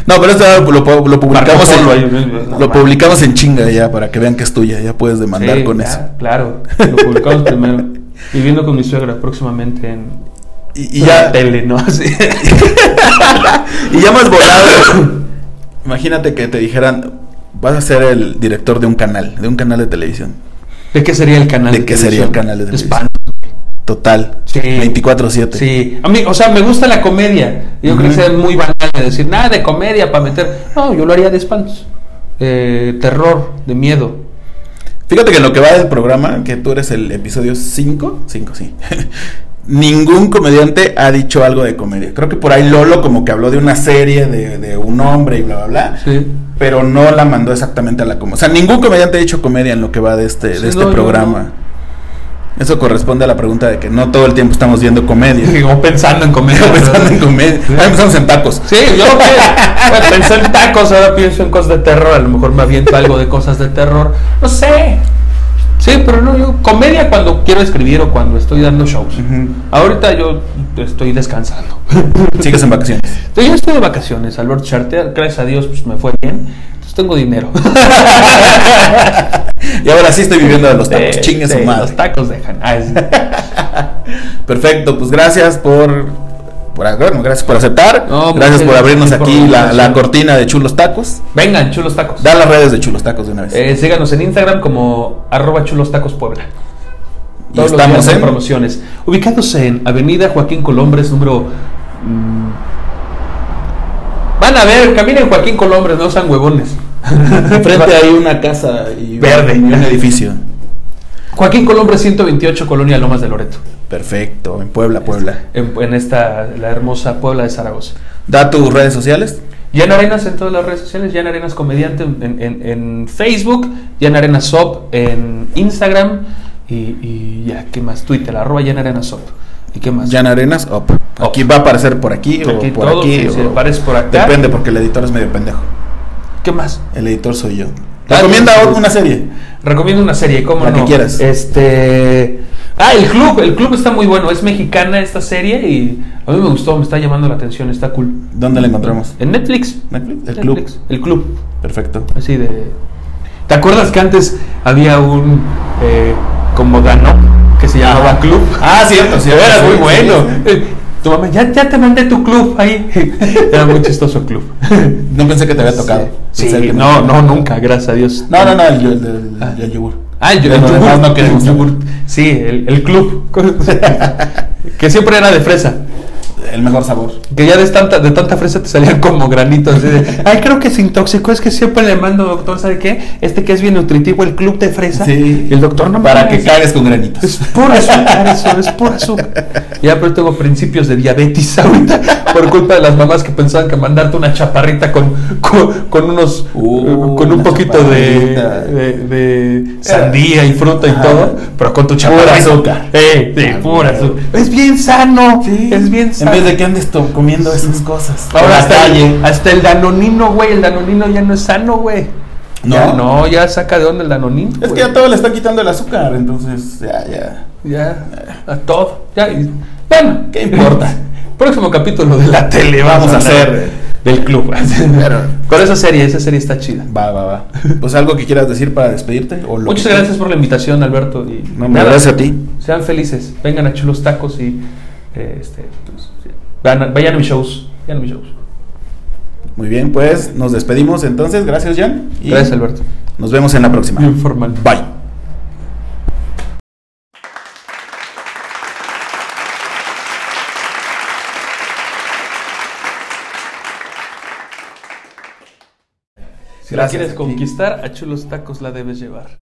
[SPEAKER 1] No, pero esto lo, po- lo publicamos,
[SPEAKER 2] Marco Polo,
[SPEAKER 1] en,
[SPEAKER 2] ahí, no,
[SPEAKER 1] lo
[SPEAKER 2] no,
[SPEAKER 1] publicamos en chinga ya para que vean que es tuya. Ya puedes demandar
[SPEAKER 2] Sí,
[SPEAKER 1] con
[SPEAKER 2] ya,
[SPEAKER 1] eso.
[SPEAKER 2] Claro, lo publicamos primero. Viviendo con mi suegra próximamente en
[SPEAKER 1] Y, y ya,
[SPEAKER 2] la tele, ¿no? Así.
[SPEAKER 1] y ya más volado. imagínate que te dijeran, vas a ser el director de un canal, de un canal de televisión.
[SPEAKER 2] ¿De qué sería el canal?
[SPEAKER 1] ¿De qué sería el canal de televisión?
[SPEAKER 2] Espanto.
[SPEAKER 1] Total.
[SPEAKER 2] Sí.
[SPEAKER 1] 24-7.
[SPEAKER 2] Sí, a mí, o sea, me gusta la comedia. Yo creo que
[SPEAKER 1] Ujú.
[SPEAKER 2] sea muy banal de decir nada de comedia para meter. No, yo lo haría de espantos, Eh, terror, de miedo.
[SPEAKER 1] Fíjate que en lo que va del programa, que tú eres el episodio 5, 5, sí. Ningún comediante ha dicho algo de comedia. Creo que por ahí Lolo como que habló de una serie de, de un hombre y bla, bla, bla.
[SPEAKER 2] Sí.
[SPEAKER 1] Pero no la mandó exactamente a la comedia. O sea, ningún comediante ha dicho comedia en lo que va de este,
[SPEAKER 2] Sí,
[SPEAKER 1] de este
[SPEAKER 2] no, yo
[SPEAKER 1] programa.
[SPEAKER 2] no.
[SPEAKER 1] Eso corresponde a la pregunta de que no todo el tiempo estamos viendo comedia.
[SPEAKER 2] Digo, pensando en comedia.
[SPEAKER 1] Pensando en comedia.
[SPEAKER 2] Sí.
[SPEAKER 1] Ah, empezamos en tacos.
[SPEAKER 2] Sí, yo pues, pensé en tacos, ahora pienso en cosas de terror. A lo mejor me aviento algo de cosas de terror. No sé. Sí, pero no, yo comedia cuando quiero escribir o cuando estoy dando shows.
[SPEAKER 1] Ujú.
[SPEAKER 2] Ahorita yo estoy descansando.
[SPEAKER 1] Sigues en vacaciones.
[SPEAKER 2] Entonces, yo estoy de vacaciones, Albert Charter. Gracias a Dios, pues me fue bien. Entonces tengo dinero.
[SPEAKER 1] Y ahora sí estoy viviendo de los tacos.
[SPEAKER 2] Sí,
[SPEAKER 1] Chingue
[SPEAKER 2] sí,
[SPEAKER 1] su madre.
[SPEAKER 2] Los tacos dejan. Ah, es-
[SPEAKER 1] Perfecto, pues gracias por, por ah, bueno, gracias por aceptar.
[SPEAKER 2] No,
[SPEAKER 1] gracias
[SPEAKER 2] muchas
[SPEAKER 1] por abrirnos
[SPEAKER 2] gracias por
[SPEAKER 1] aquí
[SPEAKER 2] la
[SPEAKER 1] la, la
[SPEAKER 2] invitación.
[SPEAKER 1] cortina de chulos tacos.
[SPEAKER 2] Vengan, chulos tacos.
[SPEAKER 1] Da las redes de chulos tacos de una vez.
[SPEAKER 2] Eh, síganos en Instagram como arroba chulos tacos Puebla.
[SPEAKER 1] Y
[SPEAKER 2] Todos los
[SPEAKER 1] estamos
[SPEAKER 2] días hay
[SPEAKER 1] en-
[SPEAKER 2] promociones. Ubicados en Avenida Joaquín Colombres, número. mm, Van a ver, caminen Joaquín Colombres, no sean huevones.
[SPEAKER 1] Enfrente hay una casa y un-
[SPEAKER 2] Verde.
[SPEAKER 1] y un, edificio.
[SPEAKER 2] Joaquín Colombres 128, Colonia Lomas de Loreto.
[SPEAKER 1] Perfecto, en Puebla, Puebla.
[SPEAKER 2] En, en esta, la hermosa Puebla de Zaragoza.
[SPEAKER 1] Da tus redes sociales.
[SPEAKER 2] Jan Arenas en todas las redes sociales, Jan Arenas Comediante en, en- en Facebook, Jan Arenas Sop en Instagram y, y ya, ¿qué más? Twitter, arroba Jan Arenas Sop. ¿Y qué más?
[SPEAKER 1] Jan Arenas, up. Aquí va a aparecer por aquí,
[SPEAKER 2] Aquí
[SPEAKER 1] o por
[SPEAKER 2] todo,
[SPEAKER 1] aquí.
[SPEAKER 2] si- si
[SPEAKER 1] o-
[SPEAKER 2] aparece por acá.
[SPEAKER 1] Depende, porque el editor es medio pendejo.
[SPEAKER 2] ¿Qué más?
[SPEAKER 1] El editor soy yo.
[SPEAKER 2] Ah,
[SPEAKER 1] Recomienda
[SPEAKER 2] sí.
[SPEAKER 1] una serie.
[SPEAKER 2] Recomiendo una serie, ¿cómo
[SPEAKER 1] La
[SPEAKER 2] no?
[SPEAKER 1] que quieras.
[SPEAKER 2] Este. Ah, el club, el club está muy bueno, es mexicana esta serie y a mí me gustó, me está llamando la atención, está cool.
[SPEAKER 1] ¿Dónde la encontramos?
[SPEAKER 2] En Netflix.
[SPEAKER 1] Netflix, el
[SPEAKER 2] Netflix,
[SPEAKER 1] club.
[SPEAKER 2] El club.
[SPEAKER 1] Perfecto.
[SPEAKER 2] Así de. ¿Te acuerdas que antes había un eh, como ganó que se llamaba
[SPEAKER 1] Ajá.
[SPEAKER 2] club?
[SPEAKER 1] Ah, cierto, cierto.
[SPEAKER 2] Era
[SPEAKER 1] Sí,
[SPEAKER 2] muy
[SPEAKER 1] sí,
[SPEAKER 2] bueno.
[SPEAKER 1] sí.
[SPEAKER 2] Eh, Tu mamá, ya, ya te mandé tu club ahí. Era muy chistoso club.
[SPEAKER 1] No pensé que te había tocado.
[SPEAKER 2] Sí,
[SPEAKER 1] Pensé que
[SPEAKER 2] no, no, nunca, gracias a Dios.
[SPEAKER 1] No, no, no, el, el, el- el yogur.
[SPEAKER 2] Ah, el,
[SPEAKER 1] De
[SPEAKER 2] el
[SPEAKER 1] lo demás
[SPEAKER 2] yogurt,
[SPEAKER 1] no queremos
[SPEAKER 2] el
[SPEAKER 1] saber.
[SPEAKER 2] yogurt. Sí, el, el club. que siempre era de fresa.
[SPEAKER 1] El mejor sabor.
[SPEAKER 2] Que ya de tanta, de tanta fresa te salían como granitos. así de, Ay, creo que se intoxicó. Es que siempre le mando, doctor, ¿sabe qué? Este que es bien nutritivo, el club de fresa.
[SPEAKER 1] Sí.
[SPEAKER 2] El doctor no me
[SPEAKER 1] Para
[SPEAKER 2] mames.
[SPEAKER 1] que cagues con granitos.
[SPEAKER 2] Es pura azúcar, eso, es pura azúcar. Ya, pero tengo principios de diabetes ahorita. Por culpa de las mamás que pensaban que mandarte una chaparrita con, con, con unos.
[SPEAKER 1] Uh,
[SPEAKER 2] con un
[SPEAKER 1] una
[SPEAKER 2] poquito de,
[SPEAKER 1] chaparrita.
[SPEAKER 2] de, de sandía y fruta y
[SPEAKER 1] Ajá.
[SPEAKER 2] todo. Pero con tu
[SPEAKER 1] Pura
[SPEAKER 2] chaparrita.
[SPEAKER 1] azúcar.
[SPEAKER 2] Eh, sí, pura azúcar. Es bien sano. Es bien
[SPEAKER 1] En
[SPEAKER 2] sano.
[SPEAKER 1] vez de que andes to- comiendo esas cosas. En
[SPEAKER 2] Ahora
[SPEAKER 1] la
[SPEAKER 2] hasta,
[SPEAKER 1] calle. Ah,
[SPEAKER 2] El, hasta el danonino, güey. El danonino ya no es sano, güey.
[SPEAKER 1] No.
[SPEAKER 2] Ya no, ya saca de onda el danonino.
[SPEAKER 1] Es que
[SPEAKER 2] güey.
[SPEAKER 1] ya todo le está quitando el azúcar, entonces ya, ya.
[SPEAKER 2] Ya, a todo. Ya, y- bueno,
[SPEAKER 1] ¿Qué importa?
[SPEAKER 2] Próximo capítulo de la tele vamos, a hacer del club.
[SPEAKER 1] Pero-
[SPEAKER 2] Pero esa serie, esa serie está chida.
[SPEAKER 1] Va, va, va. Pues algo que quieras decir para despedirte. O lo
[SPEAKER 2] Muchas
[SPEAKER 1] que-
[SPEAKER 2] gracias por la invitación, Alberto. Y
[SPEAKER 1] No, hombre,
[SPEAKER 2] nada,
[SPEAKER 1] gracias a ti.
[SPEAKER 2] Sean felices, vengan a chulos tacos y eh, este, pues, sí, van a- vayan a mis shows. Vayan a mis shows.
[SPEAKER 1] Muy bien, pues nos despedimos entonces. Gracias, Jan. y
[SPEAKER 2] Gracias, Alberto.
[SPEAKER 1] Nos vemos en la próxima.
[SPEAKER 2] Bien formal.
[SPEAKER 1] Bye.
[SPEAKER 2] Si la
[SPEAKER 1] Gracias
[SPEAKER 2] quieres
[SPEAKER 1] a ti.
[SPEAKER 2] conquistar, a chulos tacos la debes llevar.